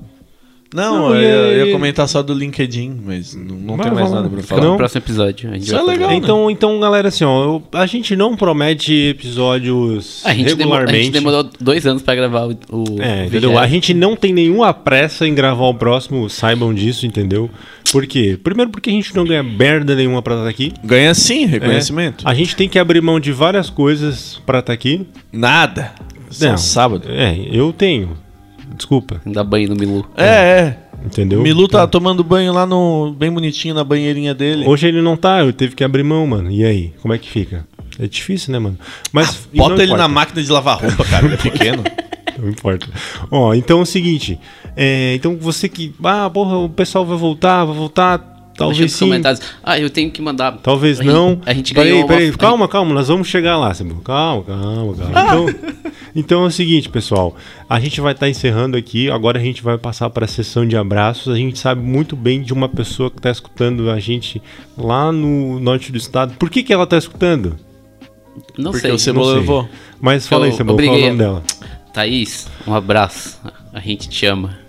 S5: Não,
S1: Não,
S5: eu,
S1: e-
S5: eu ia comentar só do LinkedIn, mas não, não
S1: Vai,
S5: tem mais
S1: vamos-
S5: nada pra
S1: fica
S5: falar.
S2: No
S1: Não.
S2: próximo episódio. A gente
S5: Isso
S2: vai
S5: é
S2: falar.
S5: legal. né?
S1: Então, então, galera, assim, ó, eu- a gente não promete episódios
S2: A gente, demorou, a
S1: regularmente.
S2: gente demorou dois anos pra gravar o. o
S1: É, entendeu? A
S2: vigésimo.
S1: gente não tem nenhuma pressa em gravar o próximo, saibam disso, entendeu? Por quê? Primeiro porque a gente não ganha merda nenhuma pra estar aqui.
S5: Ganha sim
S1: né?
S5: reconhecimento.
S1: A gente tem que abrir mão de várias coisas pra estar aqui.
S5: Nada. Só
S1: Não.
S5: sábado.
S1: É, eu tenho. Desculpa,
S2: Dá banho no Milu.
S5: É, é.
S1: entendeu? Então,
S5: Milu tá tomando banho lá no. bem bonitinho na banheirinha dele.
S1: Hoje ele não tá, eu teve que abrir mão, mano. E aí, como é que fica? É difícil, né, mano? Mas isso
S5: Ah, Bota
S1: não
S5: ele na
S1: importa.
S5: máquina de lavar roupa, cara. Ele é pequeno.
S1: Não importa. Ó, então é o seguinte. é, então você que. Ah, porra, o pessoal vai voltar, vai voltar.
S2: Deixa
S1: Talvez
S2: nos
S1: sim.
S2: comentários. Ah, eu tenho que mandar.
S1: Talvez
S2: A gente-
S1: não.
S2: a gente
S1: peraí,
S2: ganhou uma-
S1: Peraí,
S2: a gente-
S1: Calma, calma, nós vamos chegar lá, Simbu. Calma, calma, calma.
S2: Ah!
S1: Então, então é o seguinte, pessoal. A gente vai estar encerrando aqui. Agora a gente vai passar para a sessão de abraços. A gente sabe muito bem de uma pessoa que está escutando a gente lá no norte do estado. Por que, que ela está escutando?
S2: Não
S5: Porque
S2: sei.
S5: o Cebola
S1: sei.
S5: levou.
S1: Mas fala aí,
S2: Eu
S1: Simbu, qual é o
S2: obriguei
S1: nome dela?
S2: Thaís, um abraço. A gente te ama.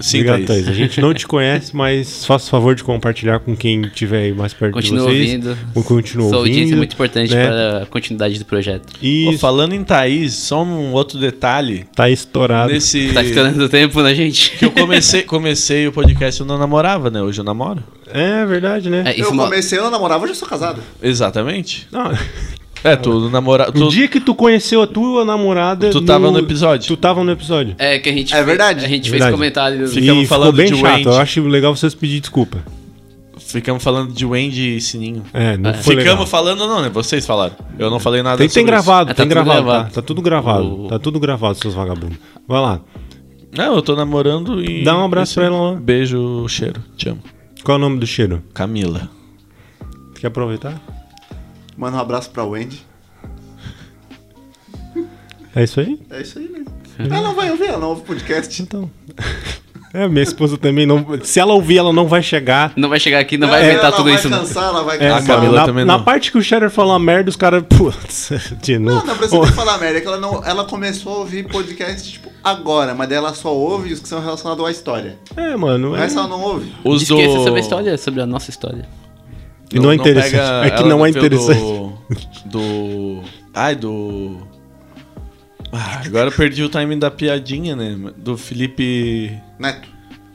S5: Sim,
S1: Obrigado,
S5: Thaís.
S1: Thaís. A gente não te conhece, mas faça o favor de compartilhar com quem estiver aí mais perto
S2: Continua
S1: de vocês.
S2: ouvindo.
S1: Ou Continua
S2: Sua audiência
S1: ouvindo.
S2: é muito importante
S1: né?
S2: para a continuidade do projeto.
S5: Pô,
S1: E
S5: falando em Thaís, só um outro detalhe.
S1: tá estourado.
S5: Nesse.
S2: Tá estourando o tempo, né,
S5: Que
S2: gente?
S5: eu comecei, comecei o podcast eu não namorava, né? Hoje eu namoro.
S1: É verdade, né?
S2: É,
S4: Eu
S2: mo-
S4: comecei, eu não namorava, hoje eu sou casado.
S5: Exatamente.
S1: Não,
S5: É, tu namorava.
S1: No
S5: Tu,
S1: dia que tu conheceu a tua namorada.
S5: tu tava no episódio.
S1: Tu tava no episódio.
S2: é que a gente
S4: É
S2: fez-
S4: verdade.
S2: A gente
S1: É
S2: fez
S1: verdade.
S2: comentários.
S1: E
S5: Ficamos
S1: ficou
S5: falando
S1: bem
S5: de
S1: chato.
S5: Wendy.
S1: Eu acho legal vocês pedirem desculpa.
S5: Ficamos falando de Wendy e Sininho.
S1: É, não foi
S5: Ficamos
S1: legal.
S5: falando, não, né? Vocês falaram. Eu não falei nada
S1: Tem, tem
S5: sobre
S1: gravado,
S2: É, tá
S1: tem
S2: tudo
S1: gravado,
S2: gravado.
S1: Tá, tá tudo gravado.
S2: O-
S1: Tá tudo gravado, seus vagabundos. Vai lá.
S5: isso. Não, eu tô namorando e.
S1: Dá um abraço pra ela lá.
S5: Beijo, cheiro. Te amo.
S1: Qual é o nome do cheiro?
S5: Camila.
S1: Quer aproveitar?
S4: Manda um abraço pra Wendy.
S1: É isso aí?
S4: É isso aí, né?
S1: Uhum.
S4: Ela não vai ouvir, ela não ouve podcast.
S1: Então. É, minha esposa também não. Se ela ouvir, ela não vai chegar.
S2: Não vai chegar aqui, não vai
S4: ela
S2: inventar tudo
S4: É, vai
S2: isso. né? não.
S4: Cansar, ela vai
S1: É,
S4: cansar,
S5: a Camila
S1: na,
S5: também
S1: na
S5: não.
S1: parte que o Shatter falou merda, os caras. Putz, de novo.
S4: Não, não precisa nem falar merda, é que ela, não, ela começou a ouvir podcast, tipo, agora, mas daí ela só ouve os que são relacionados à história.
S1: é, mano.
S4: O
S1: É,
S4: resto ela não ouve.
S5: Os do-
S2: Esqueça sobre a história, sobre a nossa história.
S1: E não é interessante.
S5: pega-
S1: é que
S5: ela
S1: não é
S5: vê o
S1: interessante.
S5: Do. do... Ai, do. Ah, agora eu perdi o timing da piadinha, né? Do Felipe.
S4: Neto.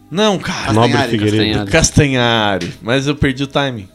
S5: Não, cara.
S1: Nobre
S4: Nobre Castanhari,
S1: Figueiredo.
S4: Figueiredo.
S5: Do Castanhari. Mas eu perdi o timing.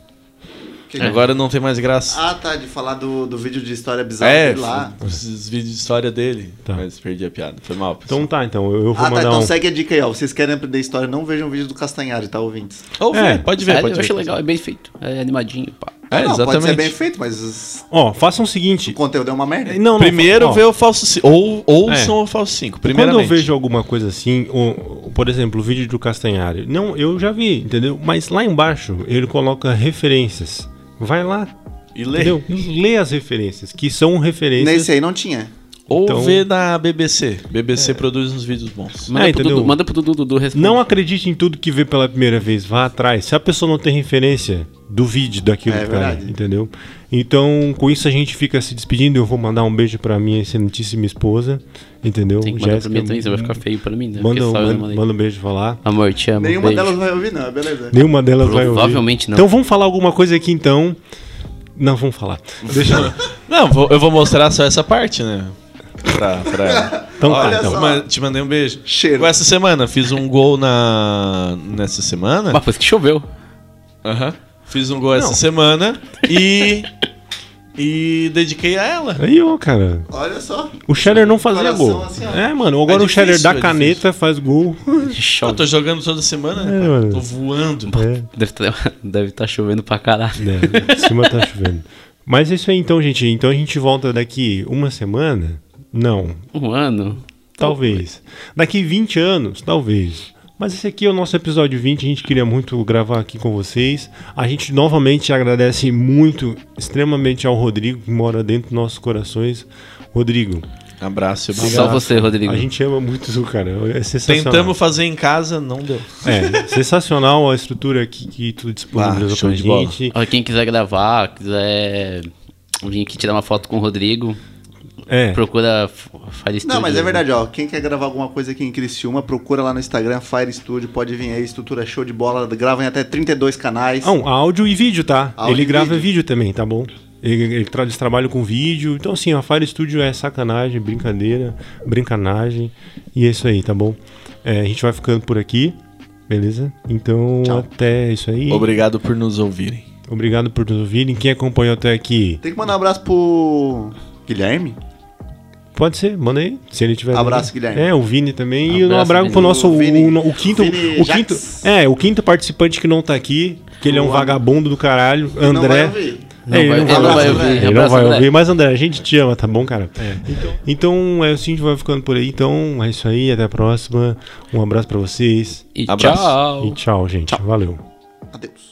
S4: Que-
S5: É,
S1: É.
S4: é?
S5: Agora não tem mais graça.
S4: Ah, tá, de falar do, do vídeo de história bizarra
S5: é,
S4: dele lá.
S5: os vídeos de história dele.
S1: Tá.
S5: Mas perdi a piada. Foi mal. pessoal.
S1: Então tá, então. Eu eu vou
S4: Ah, tá,
S1: mandar
S4: então
S1: um.
S4: segue a dica aí, ó. Vocês querem aprender história, não vejam o vídeo do Castanhari, tá, ouvintes?
S5: Ou
S1: É,
S5: vê, pode ver,
S2: Sério,
S5: pode
S2: eu
S5: ver.
S2: acho legal, é bem feito. É animadinho, pá.
S5: É,
S4: Ah, não,
S5: exatamente.
S4: pode ser bem feito, mas os-
S1: Ó, façam o
S4: o
S1: seguinte.
S4: conteúdo é uma merda.
S1: Não, não,
S5: Primeiro
S1: ó,
S5: vê o falso 5. Ou, ou
S1: É.
S5: são o falso
S1: Quando
S5: 5.
S1: eu
S5: Primeiramente.
S1: vejo alguma coisa assim, ou, por exemplo, o vídeo do Castanhari, não, eu já vi, entendeu? Mas lá embaixo ele coloca referências. Vai lá,
S5: E lê.
S1: entendeu? E lê as referências, que são referências.
S4: Nesse aí não tinha.
S5: Ou
S1: Então-
S5: vê na BBC. BBC produz uns vídeos bons.
S2: Manda,
S1: É,
S2: pro
S1: entendeu?
S2: Dudu, manda pro Dudu, Dudu responde.
S1: Não acredite em tudo que vê pela primeira vez, vá atrás. Se a pessoa não tem referência, duvide daquilo
S4: É
S1: que tá ali,
S4: verdade.
S1: entendeu? Então, com isso a gente fica se despedindo. Eu vou mandar um beijo pra minha excelentíssima esposa, entendeu?
S2: Tem que mandar pra mim também, senão vai ficar feio pra mim, né?
S1: um Manda,
S2: Porque
S1: um-
S2: só eu
S1: manda,
S2: mandei.
S1: manda um beijo pra lá.
S2: Amor, te amo.
S4: Nenhuma
S2: beijo.
S4: delas vai ouvir, não, beleza.
S1: Nenhuma delas vai ouvir.
S2: Provavelmente não.
S1: Então vamos falar alguma coisa aqui então. Não, vamos falar. Deixa eu...
S5: Não, vou- eu vou mostrar só essa parte, né? Pra, pra ela.
S1: Então tá,
S5: Olha
S1: então.
S5: só. Ma- Te mandei um beijo.
S4: Cheiro.
S5: Chegou Essa semana, fiz um gol na. Nessa semana.
S2: Mas foi que choveu.
S5: Aham. Fiz um gol
S1: Não.
S5: essa semana e. E dediquei a ela.
S1: Aí, ó, cara.
S4: Olha só.
S1: O Shader não fazia
S4: Coração
S1: gol.
S4: assim, ó.
S1: é, mano. Agora
S5: É
S1: o Shader
S5: difícil,
S1: dá
S5: é
S1: caneta, faz gol.
S5: Eu tô jogando toda semana, né?
S1: É,
S5: cara?
S1: mano.
S5: Tô voando.
S1: É.
S2: Deve tá, deve tá chovendo pra caralho.
S1: É, em cima tá chovendo. Mas é isso aí então, gente. Então a gente volta daqui uma semana? Não,
S2: Um ano.
S1: talvez. Daqui 20 anos, talvez. Mas esse aqui é o nosso episódio 20, a gente queria muito gravar aqui com vocês. A gente novamente agradece muito, extremamente ao Rodrigo, que mora dentro dos nossos corações. Rodrigo,
S5: Abraço,
S2: Só
S5: obrigado.
S2: você, Rodrigo.
S1: a gente ama muito o cara, é sensacional.
S5: Tentamos fazer em casa, não deu.
S1: É, sensacional a estrutura que, que tu disponibilizou
S5: Ah, show
S1: pra
S5: de bola.
S1: gente.
S2: Ó, Quem quiser gravar, quiser vir aqui tirar uma foto com o Rodrigo,
S1: É.
S2: Procura F- Fire Studio.
S4: Não, mas é verdade, ó. Quem quer gravar alguma coisa aqui em Criciúma, procura lá no Instagram, Fire Studio, pode vir aí, estrutura show de bola, grava em até 32 canais.
S1: Não, áudio e vídeo, tá?
S4: Áudio
S1: ele
S4: e
S1: grava vídeo.
S4: vídeo.
S1: também, tá bom? Ele, ele tra eles trabalham com vídeo. Então, assim, a Fire Studio é sacanagem, brincadeira, brincanagem. E é isso aí, tá bom? É, a gente vai ficando por aqui, beleza? Então, até isso aí.
S3: Obrigado por nos ouvirem.
S1: Obrigado por nos ouvirem. Quem acompanhou até aqui,
S4: Tem que mandar um abraço pro Guilherme.
S1: pode ser, manda aí. Se ele tiver.
S4: Abraço, Guilherme.
S1: É, o Vini também. e um
S2: Abraço,
S1: abraço pro
S2: Vini.
S1: nosso. O,
S4: O Vini-
S1: o- o quinto.
S4: Vini
S1: o quinto
S4: Jax.
S1: é, o quinto participante que não tá aqui, que ele é um
S4: O-
S1: vagabundo do caralho, André.
S4: Não um vai ouvir.
S2: Não
S1: É, ele
S2: vai- né?
S1: não
S2: ele
S1: vai
S4: não vai
S1: ouvir.
S4: ouvir.
S1: Ele não
S2: Abraço,
S1: vai
S2: André.
S1: ouvir, mas André, a gente te ama, tá bom, cara? Então é assim, a gente vai ficando por aí. Então é isso aí, até a próxima. Um abraço pra vocês
S2: E
S5: Abraço.
S2: tchau.
S1: e tchau, gente. Valeu.
S4: Adeus.